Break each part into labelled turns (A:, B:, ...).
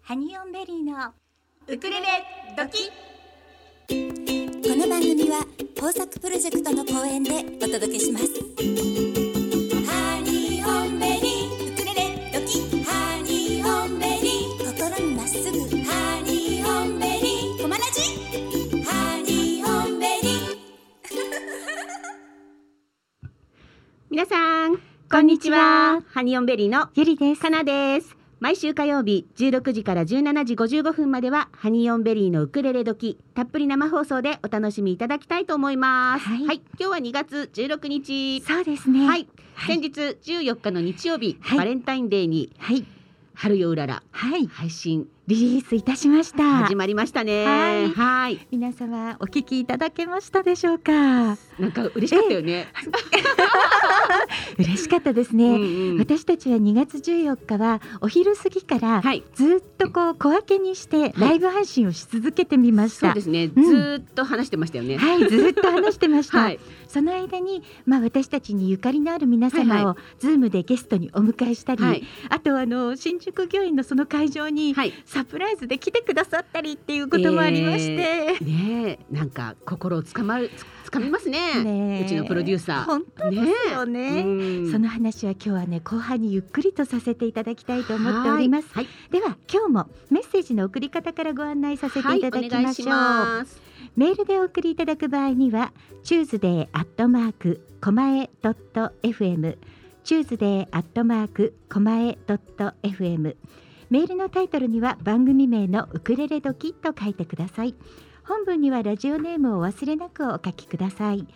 A: ハニオンベリーのウクレレドキ
B: この番組は工作プロジェクトの公演でお届けしますハニーオンベリーウクレレドキハニーオンベリー心にまっすぐハニーオンベリーコマラジハニーオンベリー
C: 皆さんこんにちはハニオンベリーの
A: ゆりです
C: かなです毎週火曜日16時から17時55分まではハニオンベリーのウクレレ時たっぷり生放送でお楽しみいただきたいと思います
A: はい
C: 今日は2月16日
A: そうですね
C: はい、
A: はい
C: 先日14日の日曜日、
A: はい
C: バレンタインデーに
A: はい
C: 春ようらら
A: はい
C: 配信
A: リリースいたしました
C: 始まりましたね
A: はい
C: はい
A: 皆様お聞きいただけましたでしょう か
C: なんか嬉しかったよね、
A: 嬉しかったですね、
C: うんうん
A: 私たちは2月14日はお昼過ぎから
C: はい
A: ずっとこう小分けにしてライブ配信をし続けてみまし
C: そ
A: た、
C: うですね、
A: ん
C: ずーっと話してましたよね
A: はい、ずっと話してました。
C: はい
A: その間に、まあ、私たちにゆかりのある皆
C: はい
A: 様
C: は
A: を、ズームでゲストにお迎えしたり、
C: はい
A: あと、あの、新宿御苑のその会場に、
C: はい
A: サプライズで来てくださったりっていうこともありまして。
C: ねえなんか心をつかまるつつかみますね
A: ねえ
C: うちのプロデューサー
A: 本当ですよね。
C: うん
A: その話は今日はね後半にゆっくりとさせていただきたいと思っております
C: はい
A: では今日もメッセージの送り方からご案内させ
C: は
A: て
C: い
A: いただき
C: お願
A: ま
C: い
A: しょ
C: し
A: う、
C: ます
A: メールでお送りいただく場合には、チューズデーアットマークコマエドット FM、チューズデーアットマークコマエドット FM。メールのタイトルには番組名のウクレレドキと書いてください。本文にはラジオネームをお忘れなくお書きください。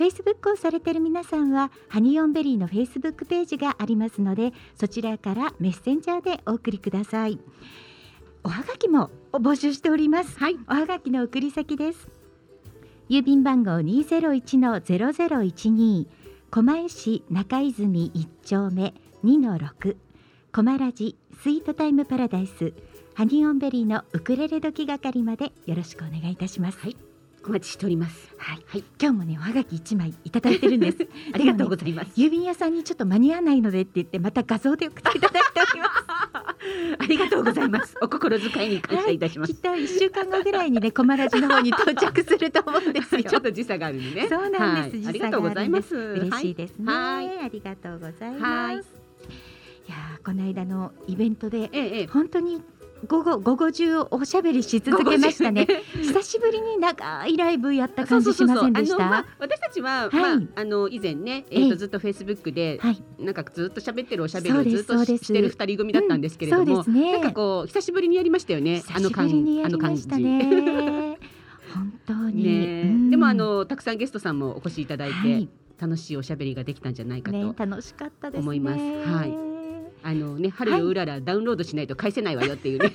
A: Facebook をされている皆さんはハニオンベリーの Facebook ページがありますのでそちらからメッセンジャーでお送りくださいおはがきも募集しております
C: はい
A: おはがきの送り先です。郵便番号201-0012狛江市中泉一丁目2の六。狛ラジスイートタイムパラダイス。ハニオンベリーのウクレレ時係までよろしくお願いいたします。
C: はいお待ちしております
A: はい、
C: はい
A: 今日もね、おはがき一枚いただいてるんです。
C: ありがとうございます、
A: 郵便屋さんにちょっと間に合わないのでって言って、また画像で送っていただいております。
C: ありがとうございますお心遣い に感謝いたしま
A: き
C: す
A: っ、と一週間後ぐらいにね、コマラジの方に到着すると思うんですよ。
C: ちょっと時差があるんでね
A: そうなんです
C: はい、
A: 時差があるんです
C: ありがとうございます
A: 嬉しい
C: で
A: ですね、
C: はい
A: ありがとうございます、
C: はい
A: い、やーこの間のイベントで
C: す、はい、ええええ
A: 本当に午後午後中おしゃべりし続けましたね久しぶりに長いライブやった感じしませんでし
C: そうそうそうあのまあ
A: た
C: 私たちは、
A: い
C: まあ、あの以前ね、え
A: え
C: ー、
A: え
C: とずっとフェイスブックで、
A: はい
C: なんかずっと喋ってるおしゃべり
A: そ
C: を
A: うです
C: ずっと
A: そう
C: し
A: です
C: してる二人組だったんですけれど
A: うん
C: も、
A: そうですね
C: なんかこう久しぶりにやりましたよね。あ
A: 久
C: の
A: しぶりにや
C: 感
A: りました
C: あの感
A: ね本当に、
C: じね
A: う
C: え
A: ん
C: でもあのたくさんゲストさんもお越しいただいて、
A: はい
C: 楽しいおしゃべりができたんじゃないかと、
A: ね楽しかったですね
C: 思いますはいあのね春ようららダウンロードしないと返せないわよっていう ね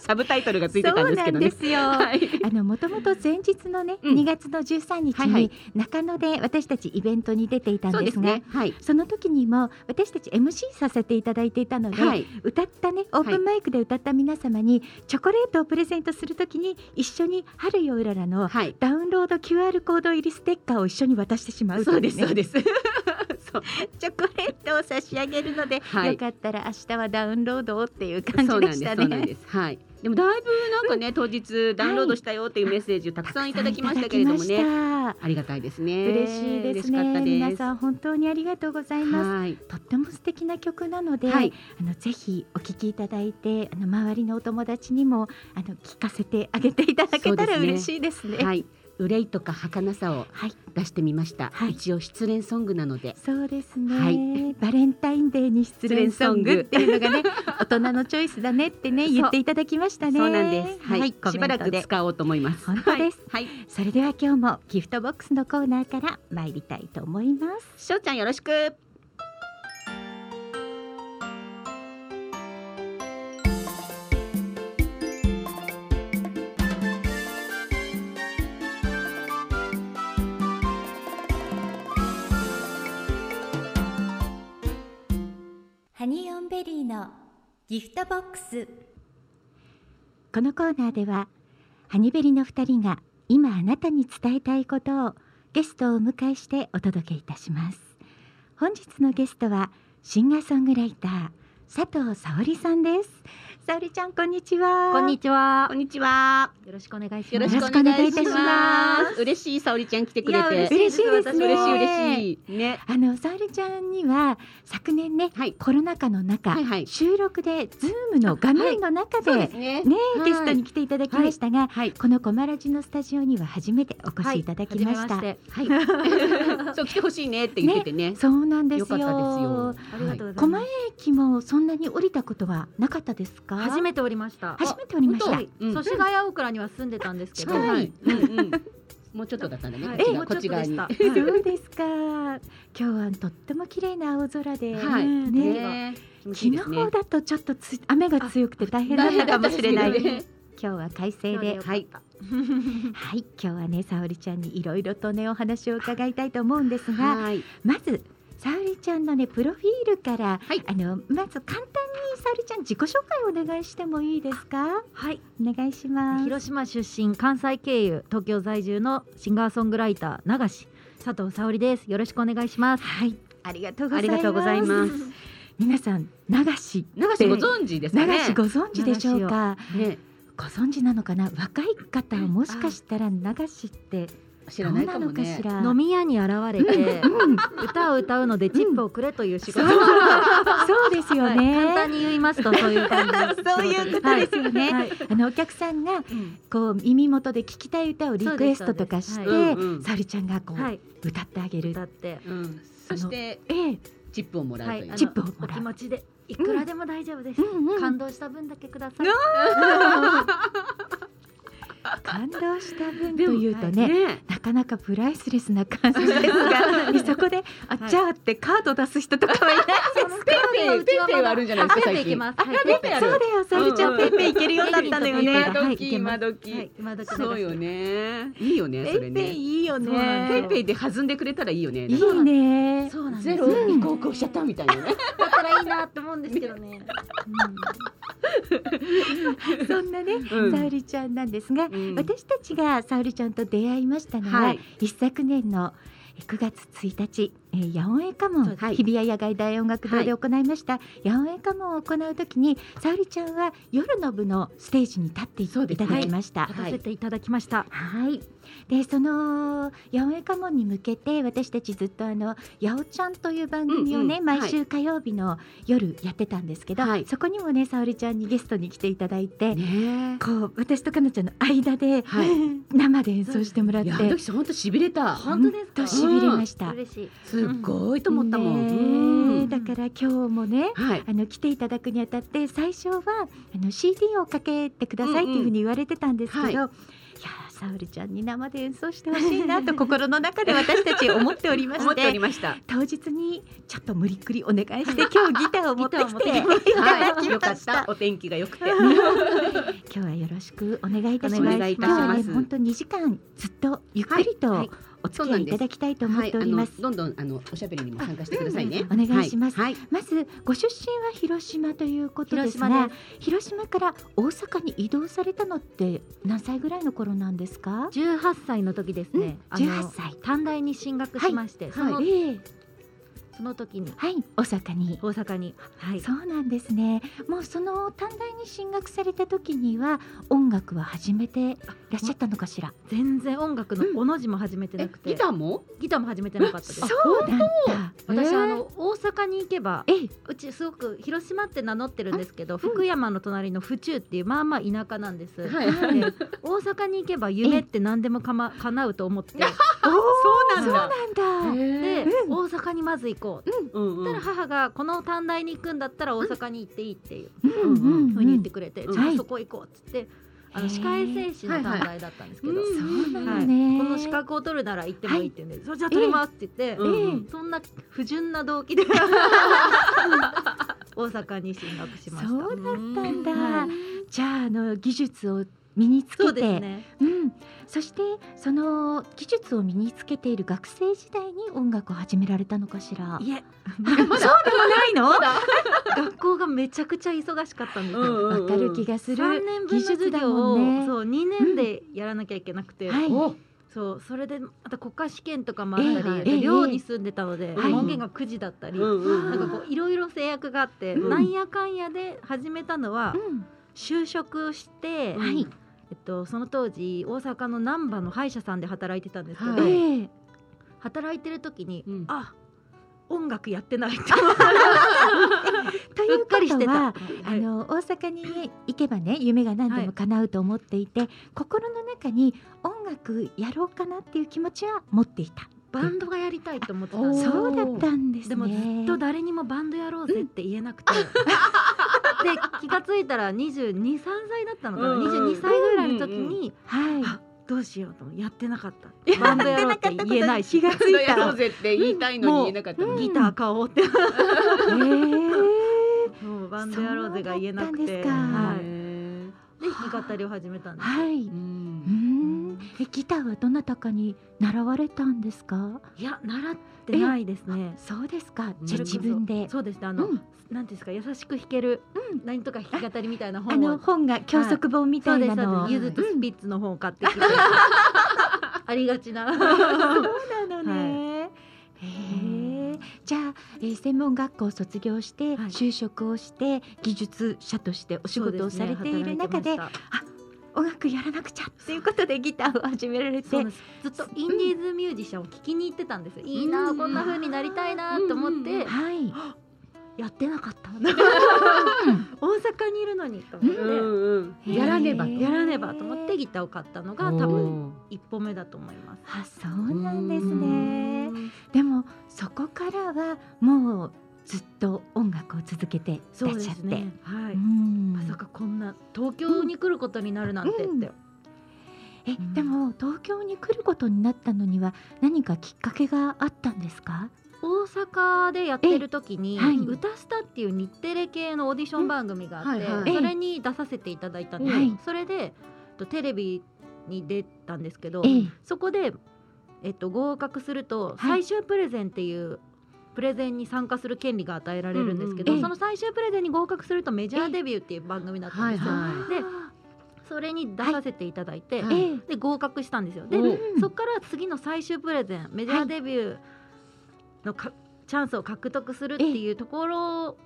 C: サブタイトルがついてたんですけどね。
A: そうなんですよ
C: はい、
A: あのもともと前日のね、
C: うん
A: 2月の13日
C: はいは
A: に
C: い
A: 中野で私たちイベントに出ていたん
C: そう
A: で
C: ですす
A: が、
C: ね。はい、
A: その時にも私たち MC させていただいていたので、
C: はい、
A: 歌ったねオープンマイクで歌った皆様にチョコレートをプレゼントするときに一緒に「春ようらら」の
C: はい、
A: ダウンロード QR コード入りステッカーを一緒に渡してしまうと
C: そ
A: いう
C: ですそう
A: ね
C: です。 そう
A: チョコレートを差し上げるので、
C: はい
A: よかったら明日はダウンロードをっていう感
C: そう
A: じ
C: な
A: でし
C: んです
A: た
C: そうなん
A: ね。
C: です。はい。でもだいぶなんかね、当日ダウンロードしたよっていうメッセージをたくさんいただきましたけれども
A: たくさんい
C: ね。
A: ただきました
C: ありがたいですね。
A: 嬉しいです
C: 嬉しかった
A: ね。
C: です。
A: 皆さん本当にありがとうございます。
C: はい。
A: とっても素敵な曲なので、
C: はい。
A: あのぜひお聞きいただいて、あの周りのお友達にもあの聞かせてあげていただけたら
C: そうですね
A: 嬉しいですね。
C: はい。憂いとか儚さを
A: はい
C: 出してみました。
A: はい
C: 一応失恋ソングなので。
A: そうですね、
C: はい
A: バレンタインデーに失恋ソングっていうのが ね大人のチョイスだねってね
C: そう
A: 言っていただきましたね
C: そうなんです。はい。
A: はい、コメ
C: し
A: ン
C: ばら
A: ト
C: く
A: で
C: 使おうと思います。
A: 本当です
C: はい。はい。
A: それでは今日もギフトボックスのコーナーから参りたいと思います
C: しょうちゃんよろしく。
B: ハニオンベリーのギフトボックス
A: このコーナーではハニベリの二人が今あなたに伝えたいことをゲストをお迎えしてお届けいたします本日のゲストはシンガーソングライター佐藤沙織さんです沙織ちゃんこんにちは。
D: こんにちは
E: こ。んにちは。よ。
D: よろしくお願いします。
A: ろしくお願いいたします
E: 嬉しい沙織ちゃん来てくれて。
A: しい嬉ですね
E: 嬉しい嬉
A: い
E: しい。ね。
A: あの沙織ちゃんには昨年ね、
E: はい
A: コロナ禍の中、
E: はいはい
A: 収録でズームの画面の中で、ね
E: ね
A: ゲストに来ていただきましたが、
E: はい。
A: このコマラジのスタジオには初めてお越しいただきました。
D: はじめまして
E: はい。 そう来てほしいねって言っててね。
A: そうなんです
E: よ
A: よ。
E: かったですよ。
D: ありがとうござい
A: 狛
D: ま
A: 江
D: す。
A: 駅もそんなに降りたことはなかったですか。
D: 初めておりました。
A: 初めて降りました。
E: 本当うん
D: 祖師ヶ谷大倉には住んでたんですけど、
A: 近
E: はいい。うんうんもうちょっとだったんだね。
D: は
E: こ
D: い
E: っち
D: も
E: が
D: う
E: こっち
D: ちょっと
E: 側
D: でし
E: に。
D: た。
E: は
A: そ
D: はいう
A: ですか。今日はとっても綺麗な青空で、
E: い。
A: ね
E: ね。気持ちい
A: 昨
E: いです
A: 日
E: ね。
A: だとちょっとつ雨が強くて大変だったかもしれない。
E: 大変だ
A: 今
E: った
A: 日は快晴
D: 今日
A: で
D: よ、
A: は
D: かった。
A: い、今日はね、沙織ちゃんにいろいろとね、お話を伺いたいと思うんですが、
E: はい。
A: まず。沙織ちゃんのね、プロフィールから、
E: はい
A: あの、まず簡単に沙織ちゃん自己紹介をお願いしてもいいですか。
D: はい。
A: お願いします。
D: 広島出身、関西経由、東京在住のシンガーソングライター流し佐藤沙織です。よろしくお願いします。
A: はい、ありがとう
E: ありがとうございます。
A: 皆さん、流し。
E: 流しご存知です
A: 流
E: かね。
A: しご存知でしょうか。
E: ね
A: ご存知なのかな、若い方はもしかしたら流しって。
E: 知
A: ど
E: ら
A: う
E: ない
A: な
E: か
A: の
E: も
A: かし
E: ね。
A: ら。
D: 飲み屋に現れて
A: うん
D: 歌を歌うのでチップをくれという仕事、
A: そう
D: はい
A: そうですよね。
D: 簡単に言いますとそういう感じの仕事
A: そういうことですよね。
D: はいはい
A: あのお客さんが
E: うん
A: こう耳元で聞きたい歌をリクエストとかし
D: そう
A: て、
D: で
E: そうで
D: す
E: すはいうんうん
A: 沙織ちゃんがこう、
D: はい、
A: 歌ってあげる
D: 歌。って
E: うん。そして
A: ええ、
E: チップをもらうという。
D: あの
A: チップをも
D: お
A: らう
D: 気持ちでいくらでも大丈夫です、
A: うんうん
D: 感動した分だけください、
A: 感動した分というとね。
E: ね。
A: なかなかプライスレスな感じですが、ねそこで「あ
D: はい
A: っちゃー」ってカード出す人とかはいない
E: ペイペイペイペイはあるんじゃないですか
D: ペイペイ
E: 最
D: 行き
E: 近。
D: ます。
A: あ
D: はい
A: ペイペイ
D: は
A: そ
D: いう
A: だよ沙織ちゃん
E: うんうん
A: ペイペイ行けるようになったのよね。
D: ペ
E: 今
D: イペイ
E: 時今時。
D: 今時
E: そうよね。いいよねそれね。
A: いいよ
D: そうなん
E: ペ
D: で
E: イ
D: す
E: ペイで弾んでくれたらいいよね。
A: いいね。
D: そうなんで
E: ゼ
D: す
E: ロに合格しちゃったみたいなね。
D: だったらいいなって思うんですけどね、
A: そんなね、
E: うん
A: 沙織ちゃんなんですが、
E: うん
A: 私たちが沙織ちゃんと出会いましたのは、
E: はい
A: 一昨年のえー9月1日、えー、八百屋家
D: そう
A: 紋、
D: ですはい
A: 日比谷野外大音楽堂で行いました、八百屋家紋を行うときに沙織ちゃんは夜の部のステージに立ってい
E: そうです
A: ただきました。
D: 立たせていただきました、
A: はい。で、その八百屋家紋に向けて、私たちずっとあの八百ちゃんという番組を
E: う
A: ね、
E: んうん
A: 毎週火曜日の夜やってたんですけど、
E: はい
A: そこにもね、沙織ちゃんにゲストに来ていただいて、
E: ね
A: こう私とかなちゃんの間で、
E: は
A: 生で演奏してもらっ
E: い
A: て、
E: やあの時本当しびれた。
D: 本当ですか
A: ほんとしびれました。
D: 嬉しい
E: すっごいと思ったもん。
A: ね
E: う
A: え
E: ん
A: だから今日もね。
E: はい。
A: あの来ていただくにあたって最初はあの CD をかけてくださいっていうふうに言われてたんですけど、
E: うんうんはい
A: い、やー沙織ちゃんに生で演奏してほしいなと心の中で私たち思っておりま
E: 思
A: し
E: っており
A: て
E: ました。
A: 当日にちょっと無理くりお願いして今日ギターを持ってきて
D: ギターを
A: いただ
E: は
A: き
E: い。よか
A: ま
E: っ
A: し
E: た。
A: た。
E: お天気が良くて。
A: 今日はよろしくお願いいたし
D: お
A: ま
D: 願
A: す。
D: いい
A: 今
D: た
A: 日
D: し
A: は
D: ます
A: ね本当2時間ずっとゆっくりと、
E: はい
A: お付き合いいただきたいと思
E: は
A: っ
E: い。
A: て
E: あ
A: おりま
E: の
A: す。
E: どんどんあのおしゃべりにも参加してくださいね。
A: うんうんお願いします
E: はい。はい
A: まずご出身は広島ということですが
D: 広島
A: 広島から大阪に移動されたのって何歳ぐらいの頃なんですか、
D: 18歳の時ですね、あ
A: 18
D: の
A: 歳
D: 短大に進学しまして、その、
A: はい、ええ
D: その時に
A: はい大阪に
D: 大阪に、はい、
A: そうなんですねもうその短大に進学された時には音楽は始めていらっしゃったのかしら
D: 全然音楽のおの字も始めてな
E: え
D: くて、
E: ギターも？
D: ギターも始めてなかったです。
A: そうなんだ
D: 私、
E: えー
D: あの大阪に行けば
A: ええ
D: うちすごく広島って名乗ってるんですけど、福山の隣の府中っていうまあまあ田舎なんです、
E: はい。
D: で大阪に行けば夢って何でもかま叶うと思ってで
E: そうなん
A: そう
E: だ。
A: なんだ
E: へー
D: 大阪にまず行こう
E: うんう
D: そしたら
E: ん。
D: 母がこの短大に行くんだったら大阪に行っていいっていう
A: うんうんうん
D: ふうに言ってくれて、
E: うん
D: じゃあそこ行こうっつって、あ
A: へ
D: の
A: ー
D: 歯科衛生士の短大だったんですけど、
E: はいはい
A: そうなの
D: はい
A: ね、
D: この資格を取るなら行ってもいいっていうんで、それじゃあ取りますって言って、
E: うん
A: え
D: そんな不純な動機で大阪に進学しました。
A: そうだったんだ、
D: はい
A: じゃああの技術を身につ
D: そう
A: け
D: で
A: て
D: すね。
A: うん、そしてその技術を身につけている学生時代に音楽を始められたのかしら
D: いえ、
A: ないのわ
D: 学校がめちゃくちゃ忙しかったんです
E: うんうん
D: よ。
E: うん
A: かる気がす
D: 三
A: る
D: 年
A: 技
D: 分の授
A: 術だ
D: 業
A: も
D: を、
A: んね
D: そう二年でやらなきゃいけなくて、
A: はい
E: お。
D: そうそれでまた国家試験とかもあったり、
E: ええ
D: で
A: ええ
D: 寮に住んでたので、
E: はい
D: 門限が9時だったり、
E: うんうん
D: なんかこういろいろ制約があって、
E: うん
D: なんやかんやで始めたのは、
A: うん
D: 就職して、
A: はい
D: えっと、その当時大阪の難波の歯医者さんで働いてたんですけど、
A: え
E: はい
A: え
D: 働いてる時に、
E: うん
D: あ音楽やってないって
A: という
D: うっかり
A: こと
D: して
A: は
D: た。
A: あの大阪に行けばね夢が何でも叶うと思っていて、心の中に音楽やろうかなっていう気持ちは持っていた
D: バンドがやりたいと思ってたん
E: おー
D: ですよ
A: そうだったんですね
D: でもずっと誰にもバンドやろうぜって言えなくて、 で気がついたら223歳だったのかな、
E: うんうん
D: 22歳ぐらいの時に、
E: うんうん
A: はい
D: あどうしようと思ってやってなかったバンドやろうって言えないし
E: 気がついた
D: バ
E: ら
D: ンドやろうぜ
E: ぜって言いたいのに言えなかった
A: もう
D: ギター買おうって、
A: ええ
D: そうバンドやろうぜが言えなく
A: そうだっ
D: て
A: たん
E: い
A: ですか
D: はい、で弾き語りを始めたんです、
A: はいううんんえギターはどなたかに習われたんですか
D: い、や習ってないですね
A: そうですか
E: うん
A: じゃあ自分で
D: そうですねあの、
A: うん
D: なんていうんですか優しく弾ける、
A: うん
D: 何とか弾き語りみたいな
A: あ
D: 本を
A: の本が教則本み
D: そ
A: た
D: う
A: い
D: です
A: なの
D: そ
A: を
D: うですゆずとスピッツの本を買 ってきて、ありがちな
A: そうなのね。へえ。じゃあ、えー専門学校を卒業して、
D: はい
A: 就職をして技術者としてお仕事をされている中で
D: そうすね働いてました
A: 音楽やらなくちゃっていうことでギターを始められて
D: そうなんですずっとインディーズミュージシャンを聴きに行ってたんですよ、いいなあ
E: うん
D: こんな風になりたいなあと思って、
E: うんうんうん
A: はい。
D: やってなかった 大阪にいるのにと思って、
E: うん
A: へー
D: やらねばやらねばと思ってギターを買ったのが多分
E: 分
D: 一歩目だと思います
A: あ、そうなんですね。でもそこからはもうずっと音楽を続けていらっしゃって。、
D: はいう
A: ん
D: まさかこんな東京に来ることになるなんてって、
A: うんえ、
D: ん
A: でも東京に来ることになったのには何かきっかけがあったんですか？
D: 大阪でやってる時に
A: えはい
D: 「歌スタ」っていう日テレ系のオーディション番組があっ
E: うんはいは
D: て
A: い
D: それに出させていただいたんで
A: は
D: す
A: い
D: よそれでとテレビに出たんですけど
A: ええ
D: そこで、えっと、合格すると
A: はい
D: 最終プレゼンっていうプレゼンに参加する権利が与えられるんですけ
A: う
D: ど
A: んうん
D: その最終プレゼンに合格するとメジャーデビューっていう番組だったんですよ
E: ええはい
D: でそれに出させていただいて
E: はい
A: ええ
D: で合格したんですよで
A: うん
D: そこから次の最終プレゼンメジャーデビューのか、チャンスを獲得するっていうところ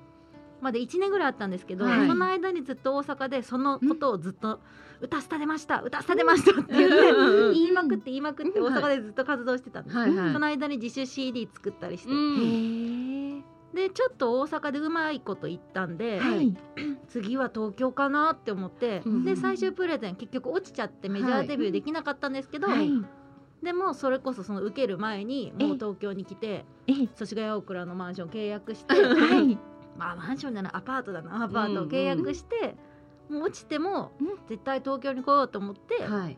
D: まで1年ぐらいあったんですけど、
E: はい
D: その間にずっと大阪でそのことをずっと「歌スタ出ました歌スタ出ました」って言って
E: うん
D: 言いまくって言いまくって
E: うん
D: 大阪でずっと活動してたんです、
E: はいはい
D: その間に自主 CD 作ったりして、
A: へ
E: ん
A: え。
D: でちょっと大阪でうまいこと言ったんで、
A: はい。
D: 次は東京かなって思って、
E: うん
D: で最終プレゼン結局落ちちゃってメジャーデビューできなかったんですけど、
A: はい。
D: でもそれこそその受ける前にもう東京に来て
A: ええ。
D: 祖師ヶ谷大倉のマンション契約して
A: はい。
D: まあマンションじゃないアパートだなアパートを契約して、もう落ちても
A: うん
D: 絶対東京に来ようと思って、
E: はい
A: へ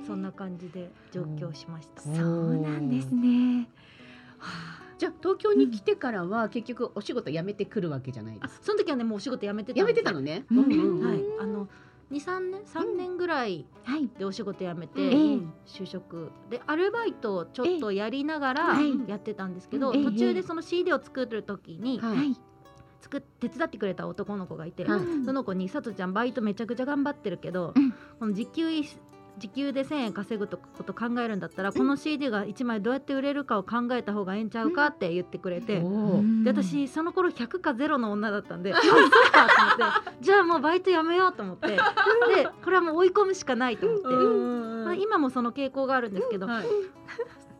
A: え
D: そんな感じで上京しました。
A: そうなんですね。
E: じゃあ東京に来てからは結局お仕事辞めてくるわけじゃないで
D: あ
E: すか
D: その時はねもうお仕事辞めてた
E: 辞
D: んで
E: め
D: す
E: てたのね
A: うん
E: うん
D: はい
E: うん
D: あの23年3年ぐらい
A: はい。
D: でお仕事辞めて、
A: ええ
D: 就職でアルバイトをちょっとやりながら
A: ええはい
D: やってたんですけど、
A: ええ
D: 途中でその CD を作る時に、
E: は
A: はいい。
D: 作っ手伝ってくれた男の子がいて、
E: はい
A: うん
D: その子に「さとちゃんバイトめちゃくちゃ頑張ってるけど、
A: うん
D: この時給い時給で1,000円稼ぐとこと考えるんだったら、この CD が1枚どうやって売れるかを考えた方がええんちゃうかって言ってくれて。
E: お
A: うん
D: で私その頃100か0の女だったんであそっかと思って じゃあもうバイトやめようと思ってでこれはもう追い込むしかないと思って、まあ、
E: ー
D: 今もその傾向があるんですけど、
E: はい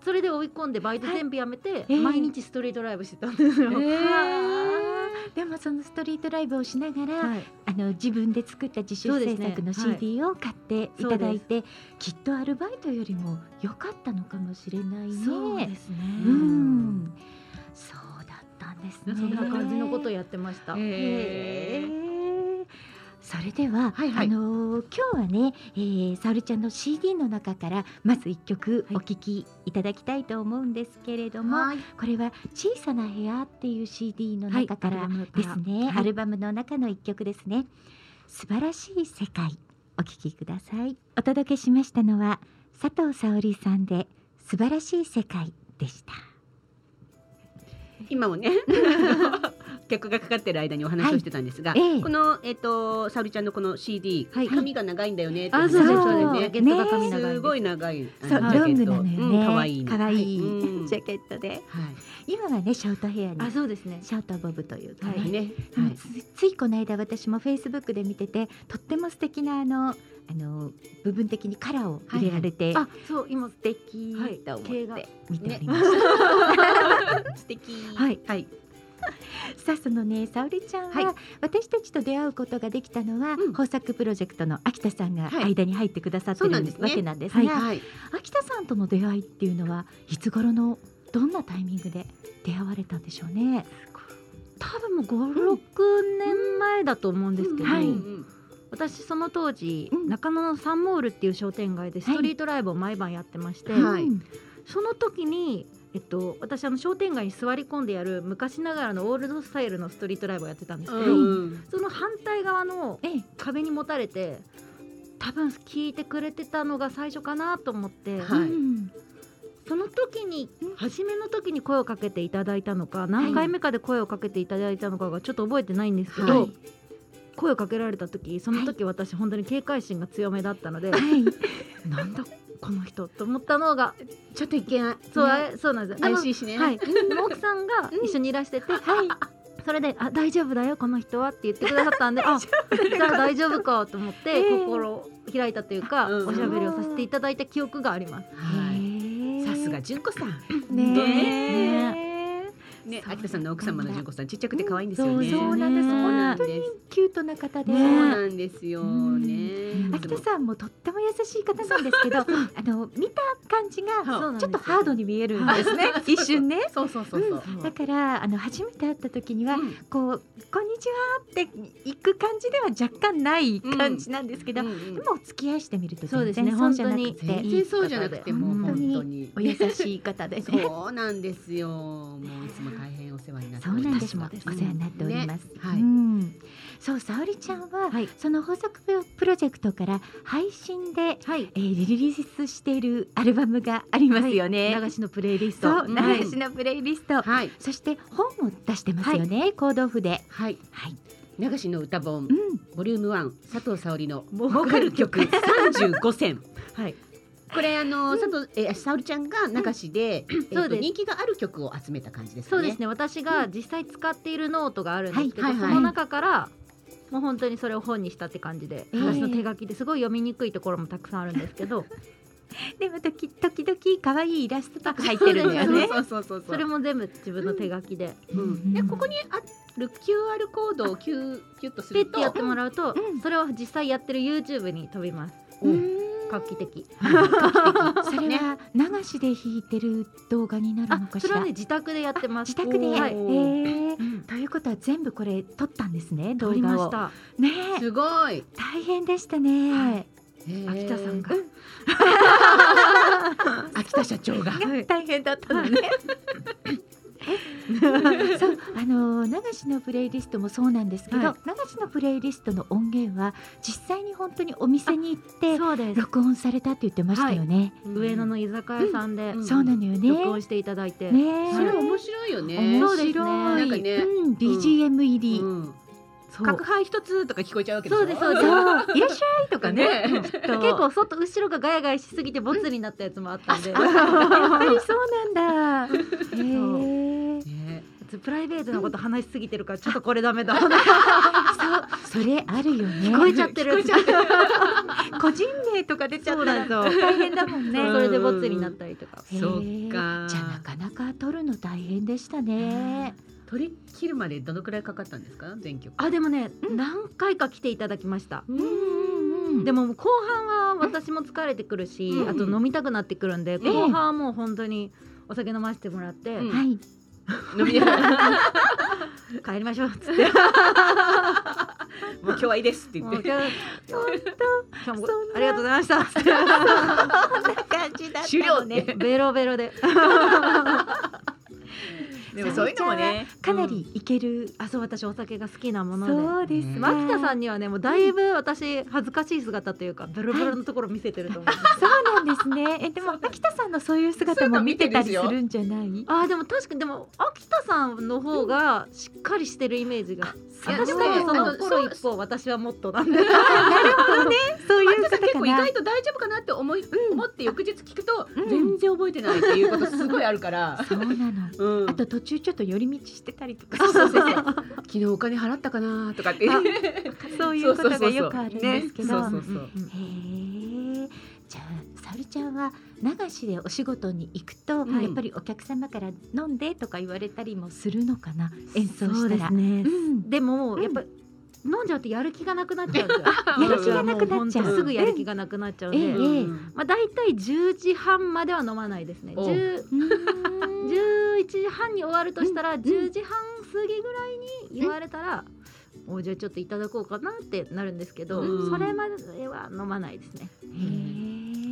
D: それで追い込んでバイト全部やめ
A: え
D: て、
A: え
D: 毎日ストリートライブしてたんですよ。
A: はあでもそのストリートライブをしながら、
D: はい
A: あの自分で作った自主
D: そうで
A: 制
D: すね
A: 作の
D: はい
A: CD を買っていただいて、きっとアルバイトよりも良かったのかもしれないね。
D: そうですね。
A: うん、そうだったんですね。
D: そんな感じのことをやってました。
A: へえそれでは、
E: はいはい
A: あのー今日はね、えー、沙織ちゃんの CD の中からまず一曲
D: はい
A: お聴きいただきたいと思うんですけれども、
D: はい
A: これは「小さな部屋」っていう CD の中から、
D: アルバム
A: ですね、
D: はい
A: アルバムの中の一曲ですね素晴らしい世界お聞きくださいお届けしましたのは佐藤沙織さんで素晴らしい世界でした
E: 今もね
C: 客がかかってる間にお話をしてたんですが、
A: はいええ
C: このえっ、と沙織ちゃんのこの CD、
D: はい
C: 髪が長いんだよねって
D: あ
C: 話
D: そうです
A: そう
D: そうです
A: ね
D: ジャケットが髪長い
C: すごい長い
A: そ
C: あ
A: う、
C: ジャ
A: ロ
C: ケ
A: ン
C: ッ
A: グ
C: ト
A: なのよ
C: う
A: ね。
C: ん可愛い
A: 可愛い
C: うん
A: ジャケットで。
C: はい
A: 今はね、ショートヘアに
D: あ、そうですね。
A: ショートボブというかね。
D: はい
C: ね、
A: うん
C: はい
A: つついこの間私もフェイスブックで見ててとっても素敵なあのあの部分的にカラーを入れられて、
D: あ、そう、今
A: 素敵と思っ
D: はい系が
A: て見ておりました、
C: 素敵
A: はい
C: はい
A: さあそのね沙織ちゃんは、
C: はい
A: 私たちと出会うことができたのは、
C: うん
A: 豊作プロジェクトの秋田さんが
C: はい
A: 間に入ってくださって
C: そうな
A: る
C: んですね
A: わけなんですが、
C: はい、はい、
A: 秋田さんとの出会いっていうのはいつ頃のどんなタイミングで出会われたんでしょうね。
D: 多分もう五六年前だと思うんですけど、
A: うんはい
C: うん
D: 私その当時、
A: うん
D: 中野のサンモールっていう商店街でストリートライブを毎晩やってまして、
C: はい
A: うん
D: その時に。えっと、私あの商店街に座り込んでやる昔ながらのオールドスタイルのストリートライブをやってたんですけど、
C: うん
D: その反対側の
A: ええ
D: 壁に持たれて多分聞いてくれてたのが最初かなと思って、
C: はい
A: うん
D: その時に
A: うん
D: 初めの時に声をかけていただいたのか何回目かで声をかけていただいたのかがちょっと覚えてないんですけど、
C: はい
D: 声をかけられた時その時私本当に警戒心が強めだったので、
A: はい
D: なんだこの人と思ったのが
C: ちょっといけない
D: そう,あ、
C: ね
D: そうなんですよあの
C: 怪しいしね
D: はい、奥さんが一緒にいらしてて、それで「あ大丈夫だよこの人は」って言ってくださったんであじゃあ大丈夫かと思って、
A: ええ
D: 心を開いたというか、
C: うん
D: おしゃべりをさせていただいた記憶があります。
C: は
A: へ
C: い
A: え
C: さすが純子さん
A: ね
C: ね
A: え
C: ね
A: そう
C: 秋田さんの奥様の純子さんちっちゃくて可愛いんです
A: そ
C: よ
A: う
C: ね
A: そうなんです
D: ね
A: 本
C: なん
A: 当に
C: です
A: キュートな方で、
C: そうなんですよ
A: う
C: ね
A: 秋田さんもとっても優しい方なんですけどあの見た感じ
C: そう
D: そうな
A: が
D: んです
A: ちょ
D: よ
A: っとハードに見えるんですね
C: そう
A: 一瞬ね
C: そうそうそうそう
A: うんだからあの初めて会った時には、
C: うん
A: こう「こんにちは」って行く感じでは若干ない感じなんですけど、
C: うんうん
A: でもお付き合いしてみると
D: そう
A: 全
D: ですね
A: 然そうじゃなくて、
C: 全然そうじゃなくてもう
A: 本
C: 本
A: 当に
C: 当に
A: お優しい方でね
C: そうなんですよ。もういつも大変お世話になって
A: そう
C: おり
A: なん
C: ま。
A: ですすよ。お世話になっております。
C: ねはい
A: うん、そう、沙織ちゃんは、
D: はい
A: その豊作プロジェクトから配信で、
D: はい
A: えー、リリースしているアルバムがありますよね。
D: 流しのプレイリスト
A: そう、
C: うん
A: 流しのプレイリスト。
C: はい
A: そして本を出してますよね、行動譜で。
C: はい。
A: はい。
C: 流しの歌本
A: うん。
C: ボリューム1佐藤沙織のボーカル曲35選。
D: はい
C: これあの佐藤えー沙織ちゃんが流しでえ
D: そ
C: ーと
D: うです
C: 人気がある曲を集めた感じですね。
D: そうですね私が実際使っているノートがあるんですけど、
C: はいはいはい
D: その中からもう本当にそれを本にしたって感じで、
A: ええ
D: 私の手書きですごい読みにくいところもたくさんあるんですけど
A: でも時時々可愛いイラストとか入ってるのよね。
C: そうそうそうそう。
D: それも全部自分の手書きで、
C: うん。で
A: うん
C: ここにある QR コードをキューキュッとす
D: ピ
C: る
D: ッ
C: と
D: てやってもらうと、
A: うん
D: それを実際やってる YouTube に飛びます
C: お
D: 画期的
A: それは流しで弾いてる動画になるの
D: あ
A: かし
D: それ
A: ら。
D: はね自宅でやってます
A: 自宅で、
D: はい
A: え
C: お
A: ー
D: うん
A: ということは全部これ撮ったんですね動
D: 撮りま
A: 画
D: し
A: を。
D: た
A: ねえ
C: すごい。
A: 大変でしたね。
D: はい
C: へー
D: 秋田さんが、
C: 秋田社長が。
D: はい
A: 大変だったのね。 そうあの流しのプレイリストもそうなんですけど、
D: はい
A: 流しのプレイリストの音源は実際に本当にお店に行って
D: そうです
A: 録音されたって言ってましたよね。
D: 上野の居酒屋さんで
C: うん
A: そうなのよね。
D: 録音していただいて、
A: ねえ
C: それ面白いよね。
A: 面
D: そうですね
A: 白
C: なんか
A: い、
C: ね
A: うん、BGM 入り、
C: うん
D: そう
C: 角杯一つとか聞こえちゃうわけでしょ
D: そうですそう
A: そう
D: です
A: いらっしゃいとかね
C: ね
A: 結
D: 結構外後ろがガヤガヤしすぎてボツになったやつもあったんで、
A: やっぱりそうなんだ。へえ。
C: ね
D: プライベートのこと話しすぎてるからちょっとこれダメだ、
A: そう、それあるよね。
D: 聞こえちゃってるやつ
A: 個人名とか出ちゃったら大変だもんね。
D: それでボツになったりとか、
A: へえ
C: そっか
A: じゃあなかなか撮るの大変でしたね。
C: 取り切るまでどのくらいかかったんですか全曲
D: あでもね、何回か来ていただきました、
A: うん うんうん。
D: で
A: も
D: ももう後半は私も疲れてくるし、
C: うん
D: あと飲みたくなってくるんで、
C: ん
D: 後半はもう本当にお酒飲ませてもらって、
C: うん
A: はい。
C: 飲みながらも
D: 帰りましょうっつって
C: う今日はいいですって
D: も
C: 言
D: う
C: って
D: 今日今日も
A: そんな
D: ありがとうございましたっつって
A: 感じだっ
C: 終了
A: たのね。
C: って
D: ベロベロで
C: でもそういうのもね
A: かなりいける、
D: あそう私お酒が好きなもので
A: そうですね
C: うん
D: 牧田さんにはねもうだいぶ私恥ずかしい姿というかブルブルのところ見せてると思う、
A: そうなんですねえでも秋田さんのそういう姿も見てたりするんじゃない
D: あーでも確かにでも秋田さんの方がしっかりしてるイメージが、
C: いや
D: 私
C: で
D: 多
C: も
D: 分そ
C: あ
D: の
C: の
D: 心一方私はもっとなんで
A: そうい
C: 牧
A: う
C: 田
A: 方
C: さん結
A: か
C: 構意
A: な
C: 外と大丈夫かなって思い、思って翌日聞くと
A: うん
C: 全然覚えてないっていうことすごいあるから、
A: そうなの
C: うん、
A: あと途中ちょっと寄り道してたりとか
C: そうそうそうそう 昨日お金払ったかなとか って
A: そういうことがよくあるんですけど
C: そうそうそうね
A: へえ。じゃあ沙織ちゃんは流しでお仕事に行くと、
C: うん
A: やっぱりお客様から飲んでとか言われたりもするのかな演奏したら。
D: そうですね
A: うん
D: でも、やっぱ飲んじゃうとやる気がなくなっちゃうんですよ
A: やる気がなくなっちゃう
D: 私はも本当にすぐやる気がなくなっちゃうんで、
A: ええ
C: そうそうそう
A: ええ
C: うん
D: まあ、大体10時半までは飲まないですね
C: お
D: 10
A: うーん
D: 11時半に終わるとしたら、10時半過ぎぐらいに言われたら、もうじゃあちょっといただこうかなってなるんですけど、
C: うん
D: それまでは飲まないですね、
A: へえ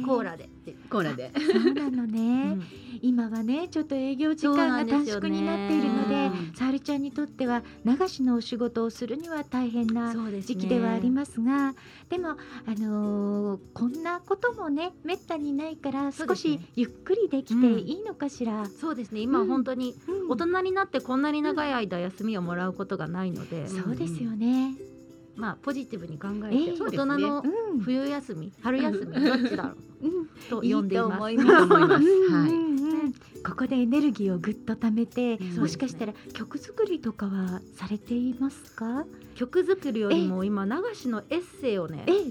D: コーラでって、
C: コーラで
A: そうなの
D: う
A: ね、
D: ん
A: 今はねちょっと営業時
D: そう
A: 間が
D: なんで
A: 短
D: すよ
A: 縮
D: ね
A: になっているので
C: うん
A: 沙織ちゃんにとっては流しのお仕事をするには大変な
D: そうですね
A: 時期ではありますがでも、あのーこんなこともねめったにないから
D: そう
A: 少
D: ですね
A: しゆっくりできていいのかしら。
D: そうですね今
A: うん
D: 本当に
A: うん
D: 大人になってこんなに長い間休みをもらうことがないので、
A: そうですよね。
D: まあポジティブに考え
A: ええ
D: て、
A: そう
D: 大
C: ですね
D: 人の
A: うん、
D: 冬休み春休みどっちだろう
A: うん、
D: と呼んでいます
C: いいと思います
A: うん
C: はい
A: うんうんここでエネルギーをぐっと貯めて、
C: うん
A: もしかしたら曲作りとかはされていますか？
D: 曲作りよりも今流しのエッセイをね
A: ええ、